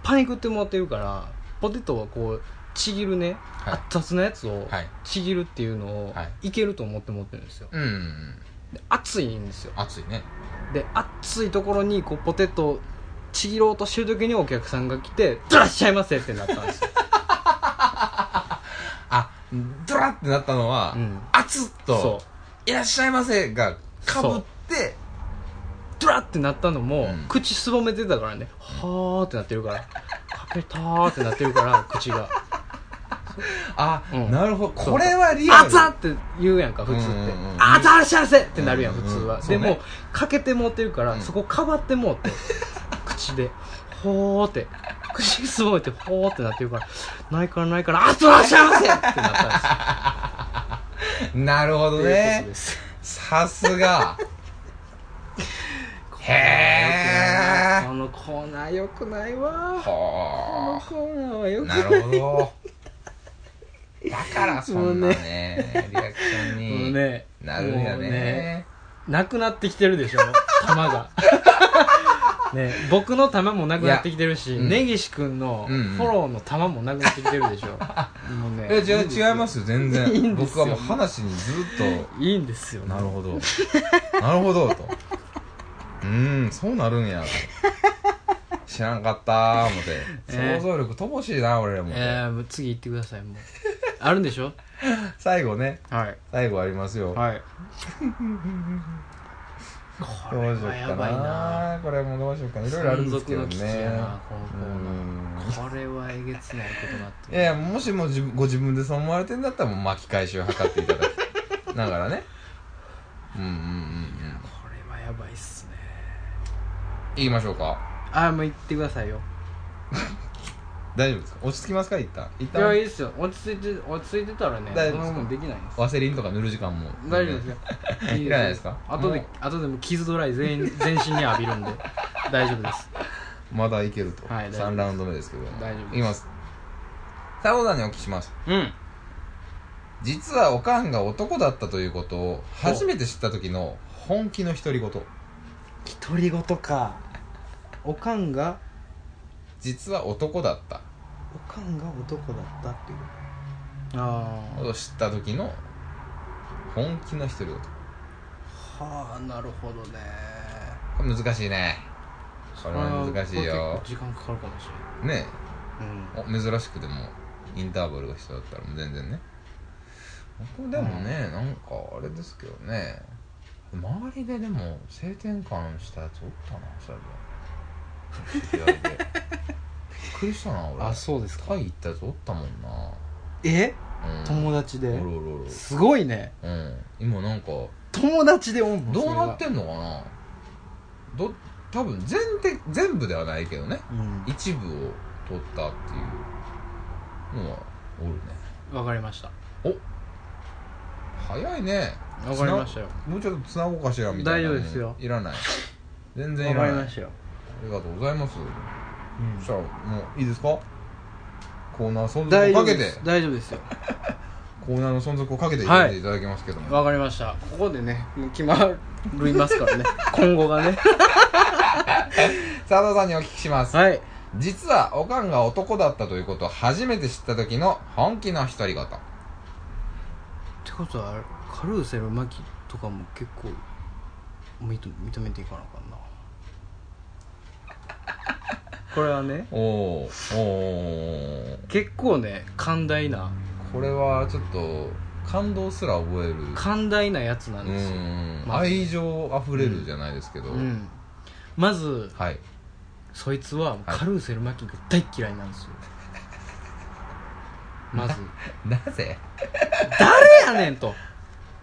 Speaker 1: パニックってもらってるからポテトはこうちぎるね、
Speaker 2: はい
Speaker 1: 熱々のやつを
Speaker 2: はい
Speaker 1: ちぎるっていうのを、、
Speaker 2: はい
Speaker 1: けると思って持ってるんですよ
Speaker 2: うんうんうん
Speaker 1: で熱いんですよ
Speaker 2: 熱いね
Speaker 1: で熱いところにこうポテトをちぎろうとしてる時にお客さんが来て「ドラっしゃいませ!」ってなったんですよ、
Speaker 2: あドラってなったのは
Speaker 1: うん
Speaker 2: 熱っ
Speaker 1: (laughs) そ
Speaker 2: といらっしゃいませがかぶって
Speaker 1: ドラってなったのも、
Speaker 2: うん
Speaker 1: 口すぼめてたからね「はーってなってるから「かけたー」ってなってるから口が
Speaker 2: あ
Speaker 1: うん
Speaker 2: なるほど
Speaker 1: そう
Speaker 2: これはリア
Speaker 1: あ
Speaker 2: ル
Speaker 1: ざって言うやんか普通って
Speaker 2: うんうん
Speaker 1: 「
Speaker 2: うん
Speaker 1: あざらっしゃいませ!」ってなるやん普通
Speaker 2: うんう
Speaker 1: は
Speaker 2: ん
Speaker 1: で
Speaker 2: そう
Speaker 1: も
Speaker 2: ね
Speaker 1: かけてもうてるか
Speaker 2: う
Speaker 1: ら
Speaker 2: ん
Speaker 1: そこかばってもう
Speaker 2: (laughs)
Speaker 1: て口でほーって口すごいってほーってなってるからないからないから「あざらっしゃいませ!」ってなったんですよ
Speaker 2: なるほど
Speaker 1: ということ
Speaker 2: ね
Speaker 1: です
Speaker 2: さ
Speaker 1: (laughs)
Speaker 2: すがへえ
Speaker 1: このコーナーよくないわこの
Speaker 2: は
Speaker 1: コーナーはよ
Speaker 2: あ
Speaker 1: くな
Speaker 2: ないるほ
Speaker 1: (laughs)
Speaker 2: どだからそんなねリアクション
Speaker 1: もう
Speaker 2: に
Speaker 1: ね
Speaker 2: なるんや
Speaker 1: もう
Speaker 2: ね
Speaker 1: なくなってきてる
Speaker 2: (laughs)
Speaker 1: でしょ玉がね僕の玉もなくなってきてるし、
Speaker 2: うん
Speaker 1: 根岸君のフ
Speaker 2: うんうん
Speaker 1: ォローの玉もなくなってきてる
Speaker 2: (laughs)
Speaker 1: でしょ、もうね
Speaker 2: えじゃあ違いますよ全然
Speaker 1: いいんですよ
Speaker 2: 僕はもう話にずっ
Speaker 1: いいんですよ
Speaker 2: となるほど (laughs) なるほどとうーんそうなるんやと知らんかったー思って
Speaker 1: えー
Speaker 2: 想像力乏しいな俺らも、
Speaker 1: えー、もう次行ってくださいもうあるんでしょ
Speaker 2: 最後ね
Speaker 1: はい
Speaker 2: 最後ありますよ、 (laughs)
Speaker 1: はい
Speaker 2: これ
Speaker 1: はやばいな
Speaker 2: これもどうしようかないろいろあるんですけど
Speaker 1: 存続の危機や
Speaker 2: ね
Speaker 1: なこのコーナーこれはえげつないことになって
Speaker 2: いやいやもしもじご自分でそう思われてんだったらもう巻き返しを図っていただきながらね (laughs) うんうんうんうん
Speaker 1: これはやばいっすね
Speaker 2: 行きましょうか
Speaker 1: ああもう行ってくださいよ
Speaker 2: 大丈夫ですか落ち着きますか一旦一
Speaker 1: いやいい
Speaker 2: 旦
Speaker 1: っすよ落ち着いて落ち着いてたらね
Speaker 2: 大
Speaker 1: そ
Speaker 2: 丈夫
Speaker 1: ん
Speaker 2: です
Speaker 1: な
Speaker 2: か
Speaker 1: もんできないんです
Speaker 2: ワセリンとか塗る時間も
Speaker 1: 大丈夫ですよよ
Speaker 2: (laughs) いらないですか
Speaker 1: 後で
Speaker 2: も
Speaker 1: 後でも傷ドライ全員全身に浴びるんで (laughs) 大丈夫です
Speaker 2: まだいけると、
Speaker 1: はい大丈夫
Speaker 2: 3ラウンド目ですけど
Speaker 1: 大丈夫です
Speaker 2: いきます太郎さんにお聞きします
Speaker 1: うん
Speaker 2: 実はおかんが男だったということを初めて知った時の本気の独り言
Speaker 1: 独り言かおかんが
Speaker 2: 実は男だった
Speaker 1: おかんが男だったっていうあ
Speaker 2: ことを知った時の本気の独り言
Speaker 1: あはあなるほどね
Speaker 2: これ難しいねこれは難しいよ
Speaker 1: これ結構時間かかるかもし
Speaker 2: ね
Speaker 1: れない、うん
Speaker 2: えお珍しくでもインターバルが必要だったらもう全然ね僕でもね、なんかあれですけどね周りででも性転換したやつおったなそういえば知り合いでびっくりしたな俺
Speaker 1: あそうですか
Speaker 2: タイ行ったやつおったもんな
Speaker 1: え
Speaker 2: うん
Speaker 1: 友達
Speaker 2: お
Speaker 1: で
Speaker 2: るおるおる
Speaker 1: すごいね
Speaker 2: うん今なんか
Speaker 1: 友達でも
Speaker 2: どうなってんのかなど多分全て全部ではないけどね
Speaker 1: うん
Speaker 2: 一部を取ったっていうのはおるね
Speaker 1: わかりました
Speaker 2: 早いね
Speaker 1: わかりましたよ
Speaker 2: つなもうちょっとつなごうかしらみたいな
Speaker 1: 大丈夫ですよ
Speaker 2: いらない全然い
Speaker 1: わ
Speaker 2: ら
Speaker 1: か
Speaker 2: な
Speaker 1: り
Speaker 2: い
Speaker 1: ましたよ、
Speaker 2: ありがとうございます
Speaker 1: うん
Speaker 2: そしたらもういいですかコーナー存
Speaker 1: 大丈夫
Speaker 2: 続をかけ
Speaker 1: で
Speaker 2: て
Speaker 1: す大丈夫ですよ
Speaker 2: コーナーの存続をかけて読んでいただきますけども、
Speaker 1: わかりましたここでねもう決まります (laughs) からね今後がね
Speaker 2: 佐藤さんにお聞きします
Speaker 1: はい
Speaker 2: 実はおかんが男だったということを初めて知った時の本気の独り言
Speaker 1: ってことはあれカルーセルマキとかも結構認認めていかなあか (laughs) んなこれはね
Speaker 2: おおおお
Speaker 1: 結構ね寛大な
Speaker 2: これはちょっと感動すら覚える
Speaker 1: 寛大なやつな
Speaker 2: うん
Speaker 1: ですよ
Speaker 2: ん
Speaker 1: まあ
Speaker 2: 愛情あふれるじゃないですけど、
Speaker 1: うんまず
Speaker 2: はい
Speaker 1: そいつはカルーセルマキが大っ嫌いなん (laughs) ですよまず
Speaker 2: なぜ
Speaker 1: 誰やねんと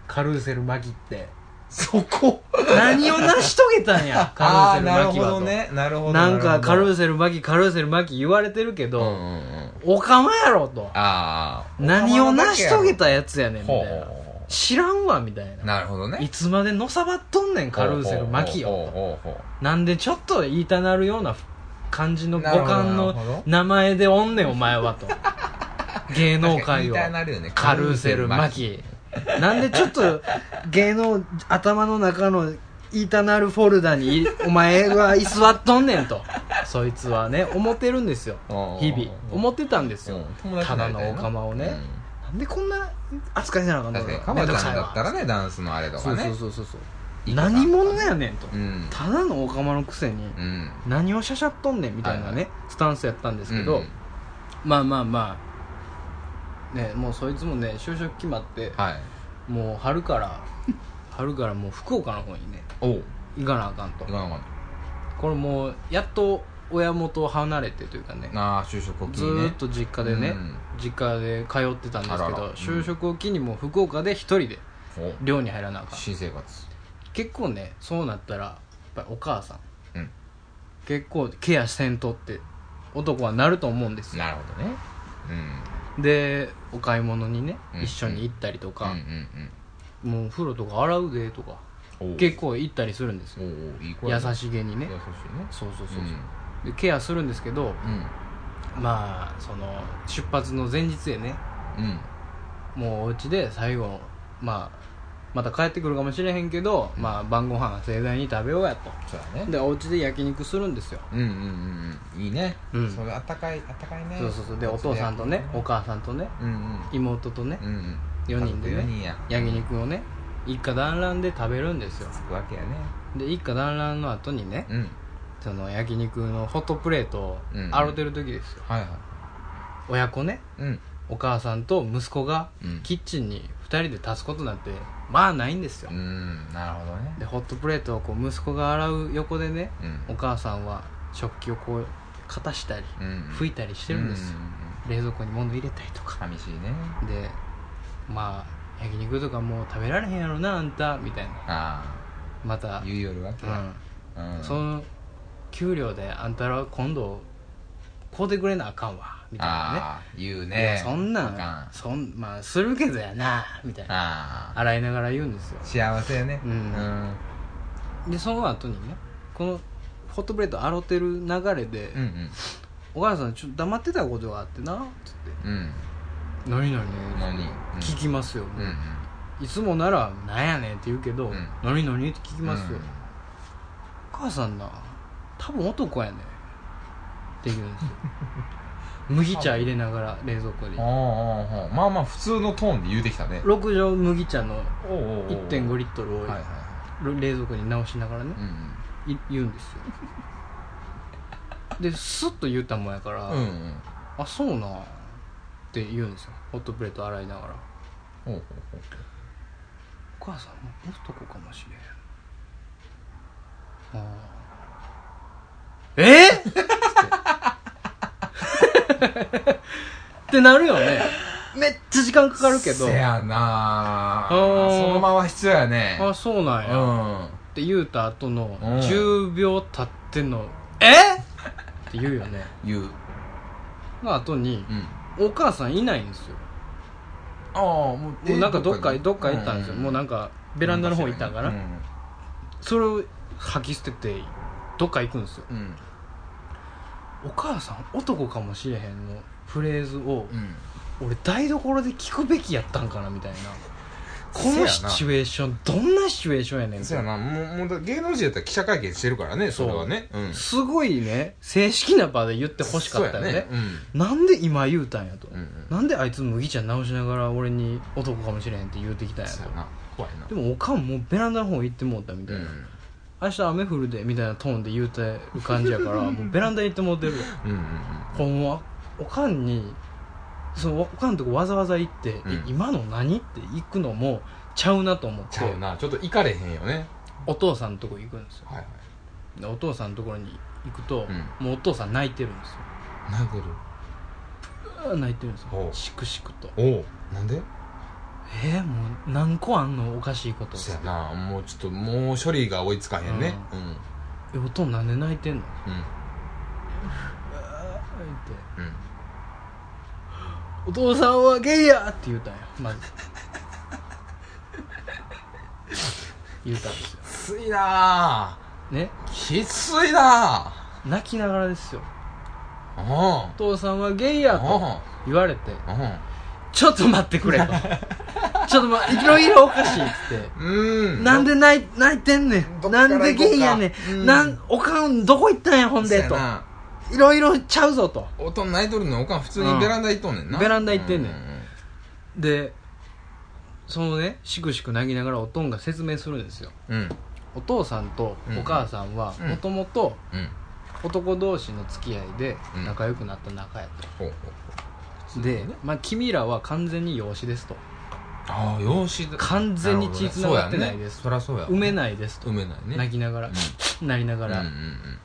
Speaker 1: カルーセルマキって
Speaker 2: そこ
Speaker 1: 何を成し遂げたんやカ
Speaker 2: あ
Speaker 1: ルー
Speaker 2: (laughs) あ
Speaker 1: セル
Speaker 2: なる
Speaker 1: マキ
Speaker 2: ほ
Speaker 1: は
Speaker 2: ど
Speaker 1: と
Speaker 2: ねなるほど
Speaker 1: なんかカルー
Speaker 2: セ
Speaker 1: セルマキカルーセルマキ言われてるけ
Speaker 2: う
Speaker 1: ど、
Speaker 2: んうんうん
Speaker 1: おかまやろと
Speaker 2: ああ
Speaker 1: 何を成し遂げたやつやねんみ
Speaker 2: ほう
Speaker 1: たいな知らんわみたいな
Speaker 2: なるほどね
Speaker 1: いつまでのさばっとんねんカルーセルマキ
Speaker 2: ほう
Speaker 1: よ
Speaker 2: ほうほうほ
Speaker 1: なんでちょっと言いたなるような感じの
Speaker 2: う
Speaker 1: 五感
Speaker 2: なるほ
Speaker 1: の
Speaker 2: どなるほど
Speaker 1: 名前でおんねんお前は
Speaker 2: (laughs)
Speaker 1: と芸能界を
Speaker 2: 確かに言いたなるよね
Speaker 1: カルーセルマキなんでちょっと芸能頭の中の言いたなるフォルダにいお前は居座っとんねんと (laughs) そいつはね思ってるんですよ
Speaker 2: おうおうおう
Speaker 1: 日々思ってたんですよ、
Speaker 2: うん友達
Speaker 1: た
Speaker 2: にな
Speaker 1: だの
Speaker 2: りいな
Speaker 1: オカマをね、
Speaker 2: うん
Speaker 1: なんでこんな扱いせなあかんの
Speaker 2: 確
Speaker 1: か
Speaker 2: かにカ
Speaker 1: め
Speaker 2: バ
Speaker 1: んどく
Speaker 2: ちゃん
Speaker 1: さい
Speaker 2: だ
Speaker 1: わ
Speaker 2: ったらねダンスのあれと
Speaker 1: そ
Speaker 2: か
Speaker 1: う
Speaker 2: ね
Speaker 1: そうそうそうそう
Speaker 2: いいことあった
Speaker 1: 何者やねんと、
Speaker 2: うん
Speaker 1: ただのオカマのくせに
Speaker 2: うん
Speaker 1: 何をしゃしゃっとんねんみたいなね、
Speaker 2: はいはい
Speaker 1: スタンスやったんですけ
Speaker 2: う
Speaker 1: ど、
Speaker 2: ん
Speaker 1: まあまあまあねもうそいつもね就職決まって
Speaker 2: はい
Speaker 1: もう春から (laughs) 春からもう福岡の方にね
Speaker 2: おう
Speaker 1: 行かなあかんと
Speaker 2: いかなかっ
Speaker 1: これもうやっと親元を離れてというかね
Speaker 2: たなあ就職を機
Speaker 1: ず
Speaker 2: にね
Speaker 1: ーっと実家でね、
Speaker 2: うん
Speaker 1: 実家で通ってたんですけど
Speaker 2: あららうん
Speaker 1: 就職を機にもう福岡で一人で
Speaker 2: お
Speaker 1: 寮に入らなあかん
Speaker 2: 新生活
Speaker 1: 結構ねそうなったらやっぱりお母さん
Speaker 2: うん
Speaker 1: 結構ケアせんとって男はなると思うんですよ
Speaker 2: なるほどねうん
Speaker 1: でお買い物にね、
Speaker 2: うん
Speaker 1: 一緒に行ったりとか、
Speaker 2: うんうん
Speaker 1: もうお風呂とか洗うでとか
Speaker 2: うんおう
Speaker 1: 結構行ったりするんですよ
Speaker 2: おうおういい子やな
Speaker 1: 優しげにね
Speaker 2: 優しいね
Speaker 1: そうそうそうそう、でケアするんですけど
Speaker 2: うん
Speaker 1: まあその出発の前日へね
Speaker 2: うん
Speaker 1: もうお家で最後まあまた帰ってくるかもしれへんけど、まあ晩ご飯盛大に食べようやと
Speaker 2: そうだね
Speaker 1: でお家で焼肉するんですよ
Speaker 2: うんうんうんいいね
Speaker 1: うん
Speaker 2: それあったかいあったかいね
Speaker 1: そうそうそうでお父さんとねお母さんとね
Speaker 2: うんうん
Speaker 1: 妹とね
Speaker 2: うんうん
Speaker 1: 4人で
Speaker 2: 家族四
Speaker 1: ね
Speaker 2: 人や
Speaker 1: 焼肉をね一家団らんで食べるんですよ
Speaker 2: つくわけやね
Speaker 1: で一家団らんの後にね
Speaker 2: うん
Speaker 1: その焼肉のホットプレートを
Speaker 2: うん
Speaker 1: 洗ってる時ですよ
Speaker 2: はいは
Speaker 1: 親子ね
Speaker 2: いうん
Speaker 1: お母さんと息子が
Speaker 2: うん
Speaker 1: キッチンに2人で立つことなんてまあないんですよ、
Speaker 2: うんなるほどね
Speaker 1: でホットプレートをこう息子が洗う横でね
Speaker 2: う
Speaker 1: お
Speaker 2: ん
Speaker 1: 母さんは食器をこうかたしたり
Speaker 2: うん
Speaker 1: 拭いたりしてるんですよ
Speaker 2: う、
Speaker 1: 冷蔵庫に物入れたりとか
Speaker 2: 寂しいね
Speaker 1: でまあ焼肉とかもう食べられへんやろなあんたみたいな
Speaker 2: あ
Speaker 1: また
Speaker 2: あ言うよるわけ
Speaker 1: う
Speaker 2: や
Speaker 1: ん
Speaker 2: うん
Speaker 1: その給料であんたら今度買うてくれなあかんわみたいな
Speaker 2: ああ言
Speaker 1: ね
Speaker 2: う
Speaker 1: い
Speaker 2: ね
Speaker 1: やそんな
Speaker 2: あか
Speaker 1: んそんまあするけどやなみたいな
Speaker 2: ああ
Speaker 1: 洗いながら言うんですよ
Speaker 2: 幸せやね
Speaker 1: うん
Speaker 2: うん
Speaker 1: でその後にねこのホットプレート洗ってる流れで、
Speaker 2: うんうん
Speaker 1: お母さんちょっと黙ってたことがあってなつって
Speaker 2: うん
Speaker 1: 「何々
Speaker 2: 何うん
Speaker 1: 聞きますよ、
Speaker 2: うんうん
Speaker 1: いつもなら「なんやねん」って言うけど「
Speaker 2: うん
Speaker 1: 何々?」って聞きますよ、
Speaker 2: うん
Speaker 1: お母さんな多分男やねんって言うんですよ (laughs) 麦茶入れながら冷蔵庫に
Speaker 2: ああああああまあまあ普通のトーンで言うてきたね
Speaker 1: 6畳麦茶の
Speaker 2: おうおうおう
Speaker 1: 1.5リットルを
Speaker 2: はいはいは
Speaker 1: 冷蔵庫に直しながらね
Speaker 2: い、う
Speaker 1: い
Speaker 2: ん
Speaker 1: 言うんですよでスッと言ったもんやから「
Speaker 2: うんうんうん
Speaker 1: あそうな」って言うんですよホットプレート洗いながら
Speaker 2: ほうほうほう
Speaker 1: 「お母さんも男かもしれん」ああえっ!?つって」ってなるよねめっちゃ時間かかるけど
Speaker 2: せやなあ
Speaker 1: うん
Speaker 2: そのまま必要やね
Speaker 1: あそうなん
Speaker 2: う
Speaker 1: や、
Speaker 2: ん
Speaker 1: って言うた後の
Speaker 2: うん
Speaker 1: 10秒経っての「えっ!?」って言うよね
Speaker 2: 言う
Speaker 1: の後に
Speaker 2: うん
Speaker 1: お母さんいないんですよ
Speaker 2: ああもう
Speaker 1: もうなんかどっかどっか行ったんですよ、もうなんかベランダの方行ったんかな、
Speaker 2: うん
Speaker 1: それを吐き捨ててどっか行くんですよ
Speaker 2: うん
Speaker 1: お母さん男かもしれへんのフレーズを
Speaker 2: うん
Speaker 1: 俺台所で聞くべきやったんかなみたいなこ
Speaker 2: せや
Speaker 1: の
Speaker 2: な
Speaker 1: シチュエーションどんなシチュエーションやねんみ
Speaker 2: そ
Speaker 1: た
Speaker 2: う
Speaker 1: い
Speaker 2: や
Speaker 1: な
Speaker 2: なもうもうだ芸能人やったら記者会見してるからねそれはねうん
Speaker 1: すごいね正式な場で言ってほしかったよね
Speaker 2: そうやうん
Speaker 1: なんで今言うたんやと、
Speaker 2: うんうん
Speaker 1: なんであいつ麦茶直しながら俺に男かもしれへんって言うてきたんやと
Speaker 2: そうやな怖いな
Speaker 1: でもおかんもうベランダの方行ってもうたみたいな、明日雨降るでみたいなトーンで言うてる感じやからもうベランダ行ってもうてる
Speaker 2: うんうん
Speaker 1: ほんまおかんにそのおかんのとこわざわざ行って、
Speaker 2: うん
Speaker 1: え今の何って行くのもちゃうなと思って
Speaker 2: ちゃうなちょっと行かれへんよね
Speaker 1: お父さんのとこ行くんですよ
Speaker 2: はいはい
Speaker 1: でお父さんのところに行くと、
Speaker 2: う
Speaker 1: もうお父さん泣いてるんですよ
Speaker 2: なんでる
Speaker 1: うわ泣いてるんですよ
Speaker 2: ほう
Speaker 1: しくしくと
Speaker 2: おうなんで
Speaker 1: えー、もう何個あんのおかしいこと
Speaker 2: そうやなもうちょっともう処理が追いつかへんねうん
Speaker 1: えお父なんで泣いてんの
Speaker 2: うん
Speaker 1: 泣いて
Speaker 2: うん
Speaker 1: お父さんはゲイやって言うたんやま
Speaker 2: (laughs)
Speaker 1: ず言うたんですよ
Speaker 2: きついな
Speaker 1: ね
Speaker 2: ぁきついな
Speaker 1: 泣きながらですよ
Speaker 2: ぁうん
Speaker 1: お父さんはゲイやと言われてちょっと待ってく
Speaker 2: (laughs)
Speaker 1: れとちょっとまいろいろおかしいっつって
Speaker 2: うんうん
Speaker 1: なんで泣い泣いてんね
Speaker 2: ど
Speaker 1: ん
Speaker 2: っから
Speaker 1: なんでゲイやね
Speaker 2: 行こうかうんん
Speaker 1: なんおかんどこ行ったんやほん
Speaker 2: そう
Speaker 1: で
Speaker 2: や
Speaker 1: と
Speaker 2: ない
Speaker 1: ろいろちゃうぞと
Speaker 2: おとん泣いとるのおかん普通にベランダ行っとんねんな、
Speaker 1: うんベランダ行ってんねん
Speaker 2: う
Speaker 1: でそのねしくしく泣きながらおとんが説明するんですよ
Speaker 2: うんうん
Speaker 1: お父さんとお母さんは
Speaker 2: うん
Speaker 1: もともと
Speaker 2: うん
Speaker 1: 男同士の付き合いで
Speaker 2: うん
Speaker 1: 仲良くなった仲や
Speaker 2: ほうほうほう
Speaker 1: と、で、まあ、君らは完全に養子ですと
Speaker 2: ああ養子だ
Speaker 1: 完全に血繋がってないです
Speaker 2: そうやねそりゃそう
Speaker 1: 埋
Speaker 2: や
Speaker 1: めないですと、
Speaker 2: 埋めないね
Speaker 1: 泣きながら、なりなが
Speaker 2: うんうん
Speaker 1: ら、
Speaker 2: うん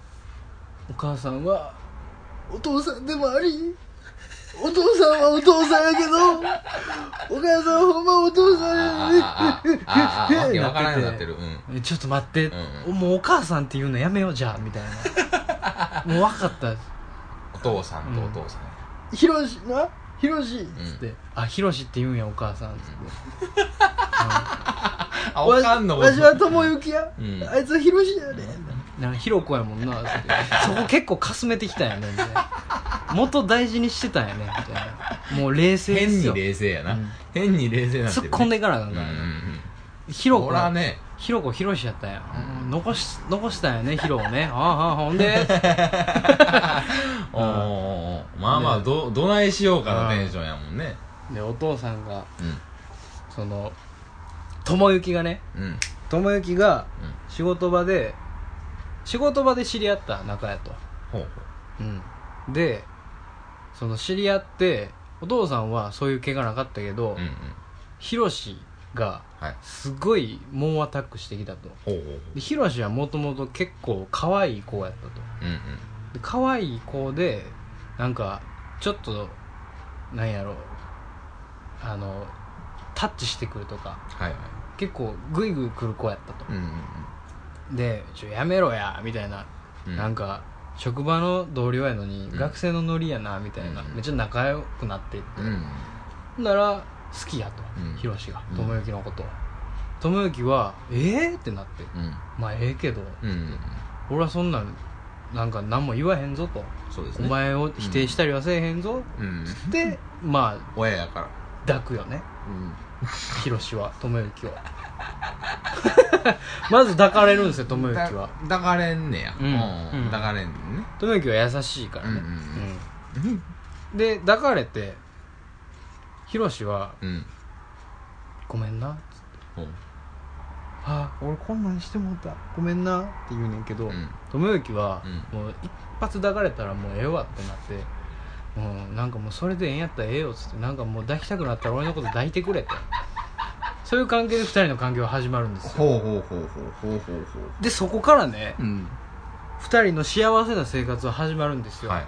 Speaker 1: お母さんはお父さんでもありお父さんはお父さんやけどお母さんはほんまお父
Speaker 2: あ
Speaker 1: さんや
Speaker 2: ああああ
Speaker 1: (laughs)
Speaker 2: ああわけわからんようになってるうん
Speaker 1: えちょっと待って、
Speaker 2: うんう
Speaker 1: もうお母さんっていうのやめようじゃあみたい
Speaker 2: (laughs)
Speaker 1: なもう分かった
Speaker 2: お父さんとお父さんや
Speaker 1: ヒロシなヒロシっつって、あヒロシって言うんやお母さんっつって、
Speaker 2: あおかんの
Speaker 1: わしは友幸や、
Speaker 2: うん
Speaker 1: あいつはヒロシやで、なんかヒロコやもんなってそこ結構かすめてきたんやねみたいな元大事にしてたんやねみたいなもう冷静で
Speaker 2: 変
Speaker 1: す
Speaker 2: に
Speaker 1: よ
Speaker 2: 冷静やな、
Speaker 1: うん
Speaker 2: 変に冷静なんて
Speaker 1: 突っ込んでいかなあかん
Speaker 2: うん
Speaker 1: から
Speaker 2: う
Speaker 1: な、
Speaker 2: ん
Speaker 1: ヒ
Speaker 2: う
Speaker 1: ロ
Speaker 2: ん
Speaker 1: コ
Speaker 2: 俺はね
Speaker 1: ヒロコヒロシやったんや、うん残し残したんやねヒロをねああああほんで
Speaker 2: おーおーおーまあまあどどないしようかなテンションやもんね
Speaker 1: でお父さんが
Speaker 2: う
Speaker 1: その友幸がね
Speaker 2: んうん
Speaker 1: 友幸が
Speaker 2: うん
Speaker 1: 仕事場で仕事場で知り合った仲やと
Speaker 2: ほうほう
Speaker 1: うん、でその知り合ってお父さんはそういう怪我なかったけど
Speaker 2: うんうん
Speaker 1: ヒロシが
Speaker 2: はい
Speaker 1: すごい猛アタックしてきたと
Speaker 2: ほうほうほう
Speaker 1: でヒロシはもともと結構可愛い子やったと
Speaker 2: うんうん
Speaker 1: で可愛い子でなんかちょっとなんやろあのタッチしてくるとか
Speaker 2: はいはい
Speaker 1: 結構グイグイ来る子やったと
Speaker 2: うんうん
Speaker 1: で「ちょやめろや」みたいな、
Speaker 2: うん
Speaker 1: なんか職場の同僚やのに、
Speaker 2: うん
Speaker 1: 学生のノリやなみたいな、
Speaker 2: うん
Speaker 1: めっちゃ仲良くなっていって、
Speaker 2: うんうん
Speaker 1: ほんなら好きやと、
Speaker 2: うん
Speaker 1: ヒロシが
Speaker 2: うん
Speaker 1: 智之のことを智之は「ええー?」ってなって
Speaker 2: うん
Speaker 1: 「まあええけど
Speaker 2: うんうん
Speaker 1: 俺はそんなんなんか何も言わへんぞ」と
Speaker 2: そう
Speaker 1: 「
Speaker 2: です
Speaker 1: お
Speaker 2: ね
Speaker 1: 前を否定したりはせえへんぞ」
Speaker 2: うん
Speaker 1: でまあ
Speaker 2: 親やから
Speaker 1: 抱くよね
Speaker 2: うん
Speaker 1: ヒロシは智之
Speaker 2: (laughs)
Speaker 1: をまず抱かれるんですよ智
Speaker 2: だ
Speaker 1: 之は
Speaker 2: 抱かれんねや
Speaker 1: うんうん
Speaker 2: 抱かれんね
Speaker 1: 智之は優しいからね、
Speaker 2: うんうん
Speaker 1: うんで抱かれてヒロシは
Speaker 2: うん
Speaker 1: 「ごめんな」
Speaker 2: ほう
Speaker 1: あ俺こんなんしてもうたごめんな」って言うねんけど、
Speaker 2: うん
Speaker 1: 智之は、
Speaker 2: う
Speaker 1: もう一発抱かれたらもうええわってなってもうなんかもうそれでええんやったらええよっつってなんかもう抱きたくなったら俺のこと抱いてくれってそういう関係で二人の関係は始まるんですよ
Speaker 2: ほうほうほうほうほうほうほう
Speaker 1: でそこからね
Speaker 2: うん
Speaker 1: 二人の幸せな生活は始まるんですよ、
Speaker 2: はい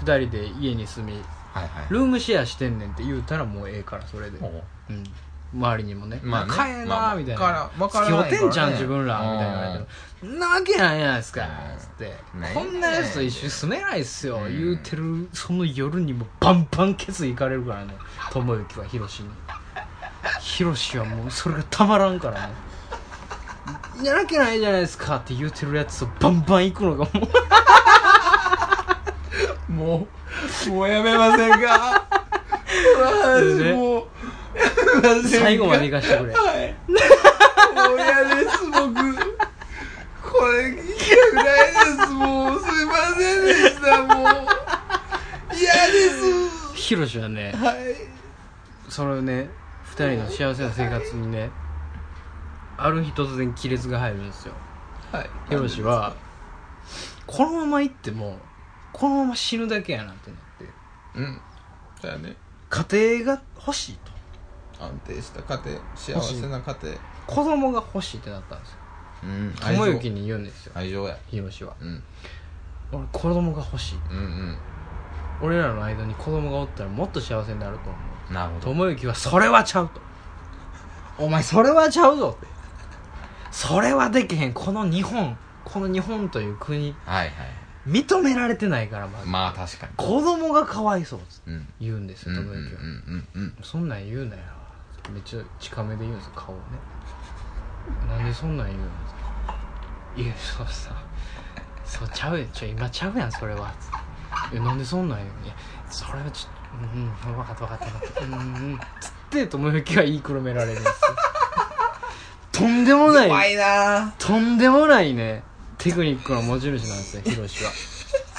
Speaker 1: 二人で家に住み
Speaker 2: はいはい
Speaker 1: ルームシェアしてんねんって言うたらもうええからそれで
Speaker 2: ほう
Speaker 1: うん、周りにもね「
Speaker 2: まあね
Speaker 1: 帰れ
Speaker 2: ま
Speaker 1: な」
Speaker 2: あ
Speaker 1: みたい
Speaker 2: わ
Speaker 1: な「
Speaker 2: からわから
Speaker 1: 付き合
Speaker 2: な
Speaker 1: う
Speaker 2: い
Speaker 1: てんじゃん
Speaker 2: からね
Speaker 1: 自分ら」みたいな言われても「んなわけないやないですか」
Speaker 2: うん
Speaker 1: つって「
Speaker 2: ない
Speaker 1: こんなやつと一緒に住めないっすよ」
Speaker 2: うん
Speaker 1: 言うてるその夜にもバンバンケツいかれるからね智之はヒロシにヒロシはもうそれがたまらんからね「やらけないじゃないですか」って言うてるやつとバンバン行くのがもう
Speaker 2: もう、もうやめませんか (laughs)
Speaker 1: でね
Speaker 2: 私もう、やめませんか
Speaker 1: 最後まで行かしてく
Speaker 2: (laughs)
Speaker 1: れ
Speaker 2: はい。もう嫌です、僕。これ、聞きたくないです、もう。すいませんでした、もう。嫌です。
Speaker 1: ヒロシはね
Speaker 2: はい。
Speaker 1: それをね二人の幸せな生活にねある日突然亀裂が入るんですよ
Speaker 2: はい。
Speaker 1: ヒロシはこのまま行ってもこのまま死ぬだけやなってなって
Speaker 2: うん。だよね。
Speaker 1: 家庭が欲しいと
Speaker 2: 安定した家庭、幸せな家庭。
Speaker 1: 子供が欲しいってなったんですよ
Speaker 2: うん。
Speaker 1: 友之に言うんですよ
Speaker 2: 愛情や。
Speaker 1: ヒロシは
Speaker 2: うん。
Speaker 1: 俺子供が欲しい
Speaker 2: うんうん。
Speaker 1: 俺らの間に子供がおったらもっと幸せになると思う
Speaker 2: なるほど。
Speaker 1: 友之はそれはちゃうと
Speaker 2: お前、そ
Speaker 1: それはちゃうぞってそれはできへんこの日本この日本という国
Speaker 2: はいはい。
Speaker 1: 認められてないからまず
Speaker 2: まあ確かに。
Speaker 1: 子供がかわいそうっつって
Speaker 2: うん。
Speaker 1: 言うんです
Speaker 2: うん
Speaker 1: よ
Speaker 2: う
Speaker 1: 友
Speaker 2: んう
Speaker 1: 之は、
Speaker 2: んうん
Speaker 1: そんなん言うなよめっちゃ近めで言うんですよ顔をねなんでそんなん言うのいやそうさそうちゃうやんちょ今ちゃうやんそれはつっていやなんでそんなん言うのいやそれはちょっとうんうん分かった分かった分かったうんうんつって友之は言いくるめられるんですよとんでもない
Speaker 2: 怖いな
Speaker 1: とんでもないねテクニックの持ち主なんですよヒロシは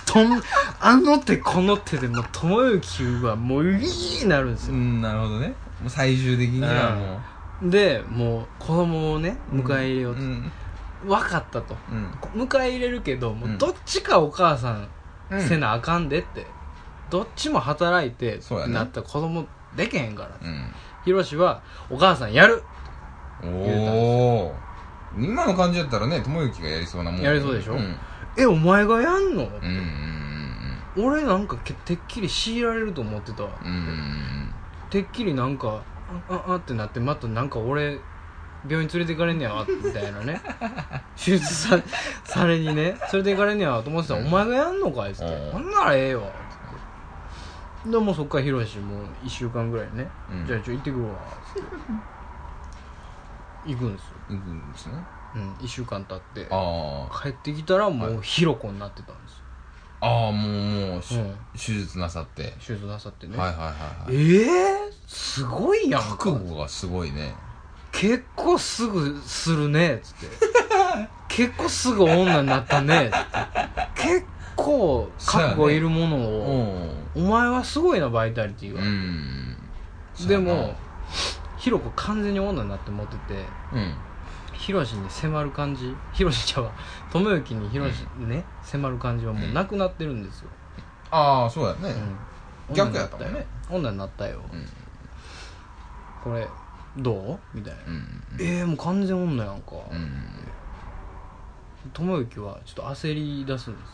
Speaker 1: とんあの手この手でもう友之はもういいなるんです
Speaker 2: う
Speaker 1: よ、
Speaker 2: んなるほどねもう最終的にはもう
Speaker 1: でもう子供をね迎え入れよう
Speaker 2: う
Speaker 1: と、
Speaker 2: ん
Speaker 1: 分かったと
Speaker 2: うん
Speaker 1: 迎え入れるけどもううんどっちかお母さん
Speaker 2: うん
Speaker 1: せなあかんでって、どっちも働いて
Speaker 2: そうやね
Speaker 1: なったら子供でけへんから
Speaker 2: うん
Speaker 1: ヒロシはお母さんやる言うたん
Speaker 2: おお今の感じだったらね友之がやりそうなもん
Speaker 1: やりそうでしょ
Speaker 2: うん
Speaker 1: えお前がやんの、
Speaker 2: うんうん
Speaker 1: 俺なんかけてっきり強いられると思ってたわ
Speaker 2: うんうんうん
Speaker 1: てっきりなんか「あああ」ってなってまたなんか俺病院連れていかれんねやわみたいな
Speaker 2: (laughs)
Speaker 1: ね手術さされにね連れていかれんねやわと思ってたら「
Speaker 2: うん
Speaker 1: お前がやんのかい」っつって
Speaker 2: うん
Speaker 1: 「ほんならええよ」つってでもうそっからヒロシもう1週間ぐらいね「
Speaker 2: うん
Speaker 1: じゃあちょ行ってくるわ」つって行くんですよ、
Speaker 2: うんうんですね
Speaker 1: うん、1週間経って
Speaker 2: あ
Speaker 1: 帰ってきたらもうヒロコになってたんですよ、
Speaker 2: あああもうもうし
Speaker 1: うん
Speaker 2: 手術なさって
Speaker 1: 手術なさってね、
Speaker 2: はいはいはいはい
Speaker 1: ええすごいやんか
Speaker 2: 覚悟がすごいね
Speaker 1: 結構すぐするねっつって (laughs) 結構すぐ女になったねつって結構覚悟いるもの
Speaker 2: お
Speaker 1: を、
Speaker 2: お
Speaker 1: お前はすごいなバイタリティ
Speaker 2: う
Speaker 1: が、
Speaker 2: ん
Speaker 1: でもヒロコ完全に女になって持ってて
Speaker 2: うん
Speaker 1: ヒロシに迫る感じヒロシちゃんは友之にヒロシね、迫る感じはもうなくなってるんですよ、
Speaker 2: ああそうや
Speaker 1: う
Speaker 2: ね
Speaker 1: ん
Speaker 2: 逆やったもんね
Speaker 1: 女になったよ、
Speaker 2: うん
Speaker 1: これどうみたいな、
Speaker 2: うん
Speaker 1: えー、もう完全女やんか、
Speaker 2: うん
Speaker 1: 智之はちょっと焦り出すんですよ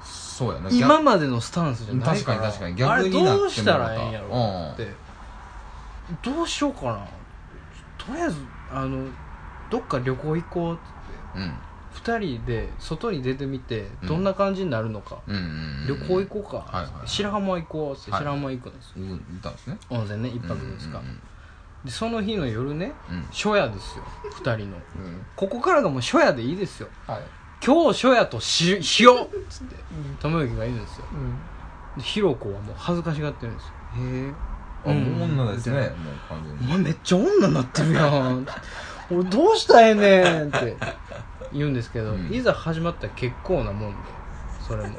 Speaker 2: そうやな
Speaker 1: 今までのスタンスじゃない
Speaker 2: 確
Speaker 1: か
Speaker 2: かに
Speaker 1: ら
Speaker 2: 確かに
Speaker 1: あ
Speaker 2: 逆
Speaker 1: れ
Speaker 2: になってもらった
Speaker 1: どうしたらええんやろって
Speaker 2: う
Speaker 1: どうしようかなとりあえずあのどっか旅行行こう
Speaker 2: うん
Speaker 1: 2人で外に出てみて
Speaker 2: うん
Speaker 1: どんな感じになるのか、
Speaker 2: うんうん
Speaker 1: 旅行行こうか、
Speaker 2: はいはいはい
Speaker 1: 白浜行こうって
Speaker 2: はい
Speaker 1: 白浜行くんですよ、
Speaker 2: うん行ったんですね
Speaker 1: 温泉ね一泊ですか、
Speaker 2: うん
Speaker 1: でその日の夜ね
Speaker 2: うん
Speaker 1: 初夜ですよ2人の
Speaker 2: うんうん
Speaker 1: ここからがもう初夜でいいですよ
Speaker 3: はい
Speaker 1: 今日初夜とししようっつって友之が言うんですよ
Speaker 3: うん
Speaker 1: でひろこはもう恥ずかしがってるんですよへえ
Speaker 2: あもう女ですねもう完全
Speaker 1: お
Speaker 2: (laughs) に
Speaker 1: 前めっちゃ女になってるや
Speaker 2: (laughs)
Speaker 1: ん俺どうしたらええねんって言うんですけど、
Speaker 2: うん
Speaker 1: いざ始まったら結構なもんでそれも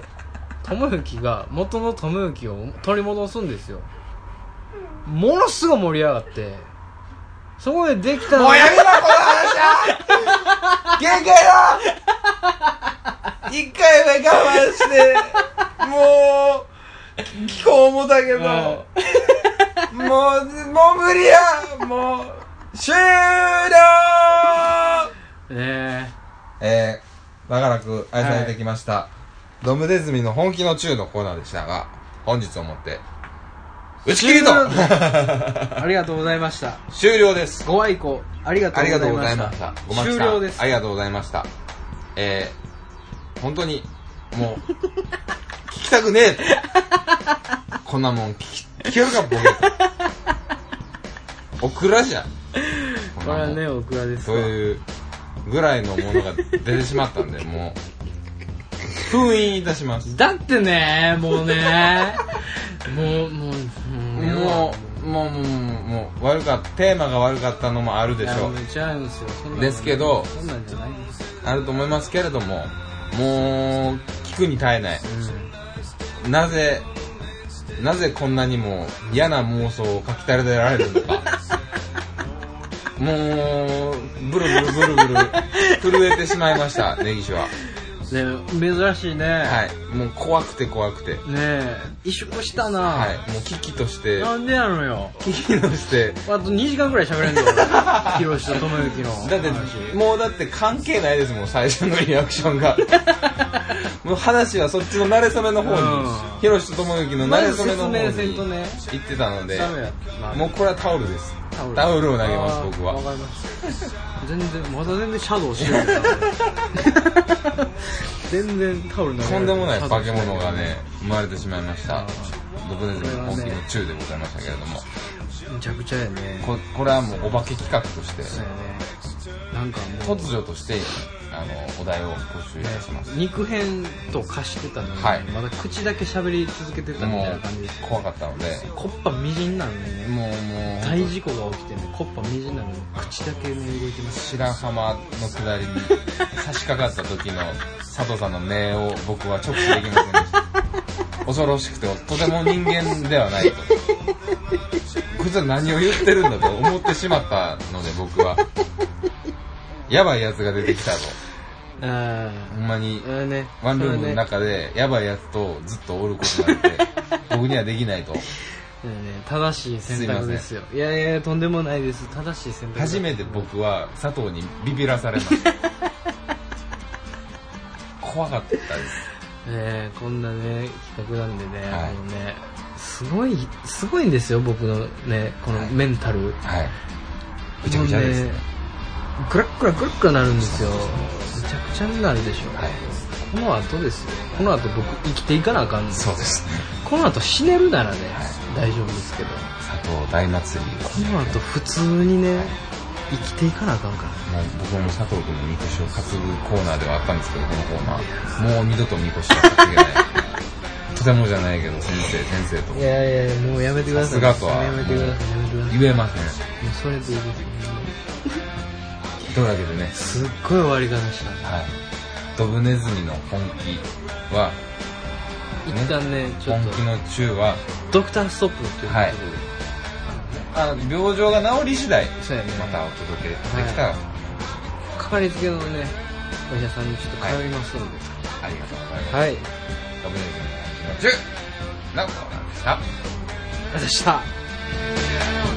Speaker 1: 友之が元の友之を取り戻すんですよものすごい盛り上がってそこでできたの
Speaker 2: もうやめろこの話は限界だ一回目我慢してもう気候もだけど
Speaker 1: は
Speaker 2: もうもう無理やもう終了
Speaker 1: ね
Speaker 2: えー、長らく愛されてきました、ドムデズミの本気の中のコーナーでしたが本日をもって打ち切りと
Speaker 1: 終えありがとうございました
Speaker 2: (laughs) 終了です
Speaker 1: ご愛顧ありがと
Speaker 2: ありがと
Speaker 1: う
Speaker 2: う
Speaker 1: ご
Speaker 2: ござ
Speaker 1: ざい
Speaker 2: い
Speaker 1: ま
Speaker 2: ま
Speaker 1: し
Speaker 2: した
Speaker 1: た。
Speaker 2: ごまき
Speaker 1: 終
Speaker 2: さん
Speaker 1: 了です
Speaker 2: ありがとうございました。えー、本当に、もう、聞きたくねえってこんなもん聞き、聞けるか、ボケ。オクラじゃん。こん
Speaker 1: これ
Speaker 2: な
Speaker 1: は
Speaker 2: もん
Speaker 1: ねオクラです
Speaker 2: そう
Speaker 1: わ
Speaker 2: いうぐらいのものが出てしまったんで、もう、封印いたします。
Speaker 1: だってねもう (laughs) ねもうもう
Speaker 2: もう、もう、もう、もう、もう悪かった、テーマが悪かったのもある
Speaker 1: う
Speaker 2: で
Speaker 1: い
Speaker 2: し
Speaker 1: や
Speaker 2: ょう。
Speaker 1: めっちゃあるんですよそんなん
Speaker 2: ですけど
Speaker 1: そんなんじゃないんですよ、
Speaker 2: あると思いますけれども、もう、聞くに耐えない。
Speaker 1: う
Speaker 2: なぜなぜこんなにも嫌な妄想を書き垂れられる
Speaker 1: (laughs)
Speaker 2: のかもうブルブルブルブル震えてしまいました根岸は
Speaker 1: ん、ね珍しいね、
Speaker 2: はいもう怖くて怖くて
Speaker 1: ねえ萎縮したな、
Speaker 2: はいもう危機として
Speaker 1: なんでやのよ
Speaker 2: 危機として
Speaker 1: あと2時間ぐらい喋れんの (laughs) ヒロシと智之の話
Speaker 2: だってもうだって関係ないですもん最初のリアクション
Speaker 1: (laughs)
Speaker 2: がもう話はそっちの馴れ初めの方
Speaker 1: う
Speaker 2: に
Speaker 1: ん
Speaker 2: ヒロシと友之の馴れ初めの方
Speaker 1: まず説明せんと
Speaker 2: に
Speaker 1: ね
Speaker 2: 行ってたので
Speaker 1: ダメやな
Speaker 2: もうこれはタオルですタオルを投げます
Speaker 1: あー
Speaker 2: 僕は
Speaker 1: わかりました全然まだ全然シャドウして
Speaker 2: (laughs)
Speaker 1: る全然タオル投げられ
Speaker 2: とんでもない
Speaker 1: シャド
Speaker 2: 化
Speaker 1: ウして
Speaker 2: け
Speaker 1: る
Speaker 2: 物がね生まれてしまいましたドブネズミの本
Speaker 1: これは
Speaker 2: 気の
Speaker 1: ね
Speaker 2: 中でございましたけれども
Speaker 1: むちゃくちゃやね
Speaker 2: ここれはもうお化け企画として
Speaker 1: そうやねなんかもう
Speaker 2: 突如としてあのお題を募集いたします
Speaker 1: 肉片と化してたのに、
Speaker 2: はい
Speaker 1: まだ口だけ喋り続けてたみ
Speaker 2: も
Speaker 1: たいな感じで
Speaker 2: う
Speaker 1: すよ
Speaker 2: 怖かったので
Speaker 1: コッパみじんなのにね
Speaker 2: もうも
Speaker 1: 大
Speaker 2: う
Speaker 1: 事故が起きてねコッパみじんなのに口だけね動いてます
Speaker 2: 白浜の下りに差し掛かった時の佐藤さんの目を僕は直視できませんでした恐ろしくてとても人間ではないとこいつは何を言ってるんだと思ってしまったので僕はやばいやつが出てきたと
Speaker 1: あ
Speaker 2: ほんまに
Speaker 1: ああれね
Speaker 2: ワンルームの
Speaker 1: そ
Speaker 2: 中でやばいやつとずっとおることなんて僕にはできないと
Speaker 1: れねね正しい選択ですよいやいやとんでもないです正しい選択です
Speaker 2: 初めて僕は佐藤にビビらされました怖かったです
Speaker 1: ねえこんなね企画なんでね、
Speaker 2: はい
Speaker 1: あのねすごいすごいんですよ僕のねこのメンタル、
Speaker 2: はいぐちゃぐちゃです
Speaker 1: も
Speaker 2: ね
Speaker 1: うグラッグラグラッグラなるんですよめちゃくちゃになるでしょ、
Speaker 2: はい
Speaker 1: この後ですよこの後僕生きていかなあかんの
Speaker 2: そうですね
Speaker 1: この後死ねるならね、大丈夫ですけど
Speaker 2: 佐藤大祭りです
Speaker 1: この後普通にね生きていかなあかんから
Speaker 2: もう僕も佐藤君のみこしを担ぐコーナーではあったんですけどこのコーナーもう二度とみこしは担げないとてもじゃないけど先生先生と
Speaker 1: いやいやいやもうやめてください
Speaker 2: さすがとは
Speaker 1: やめてくださいやめてくださいも
Speaker 2: 言えません
Speaker 1: うそれでいいです
Speaker 2: というわけでね
Speaker 1: すっごい終わり方したね
Speaker 2: はいドブネズミの本気は
Speaker 1: 一旦ねちょ
Speaker 2: 本
Speaker 1: っと
Speaker 2: 気の中は
Speaker 1: ドクターストップということで、
Speaker 2: はいあの病状が治り次第
Speaker 1: そうやね
Speaker 2: またお届けできたら
Speaker 1: かかりつけのねお医者さんにちょっと通いますので
Speaker 2: ありがとうございます、
Speaker 1: はい、
Speaker 2: ドブネズミの本気の中なんかなんでした
Speaker 1: でした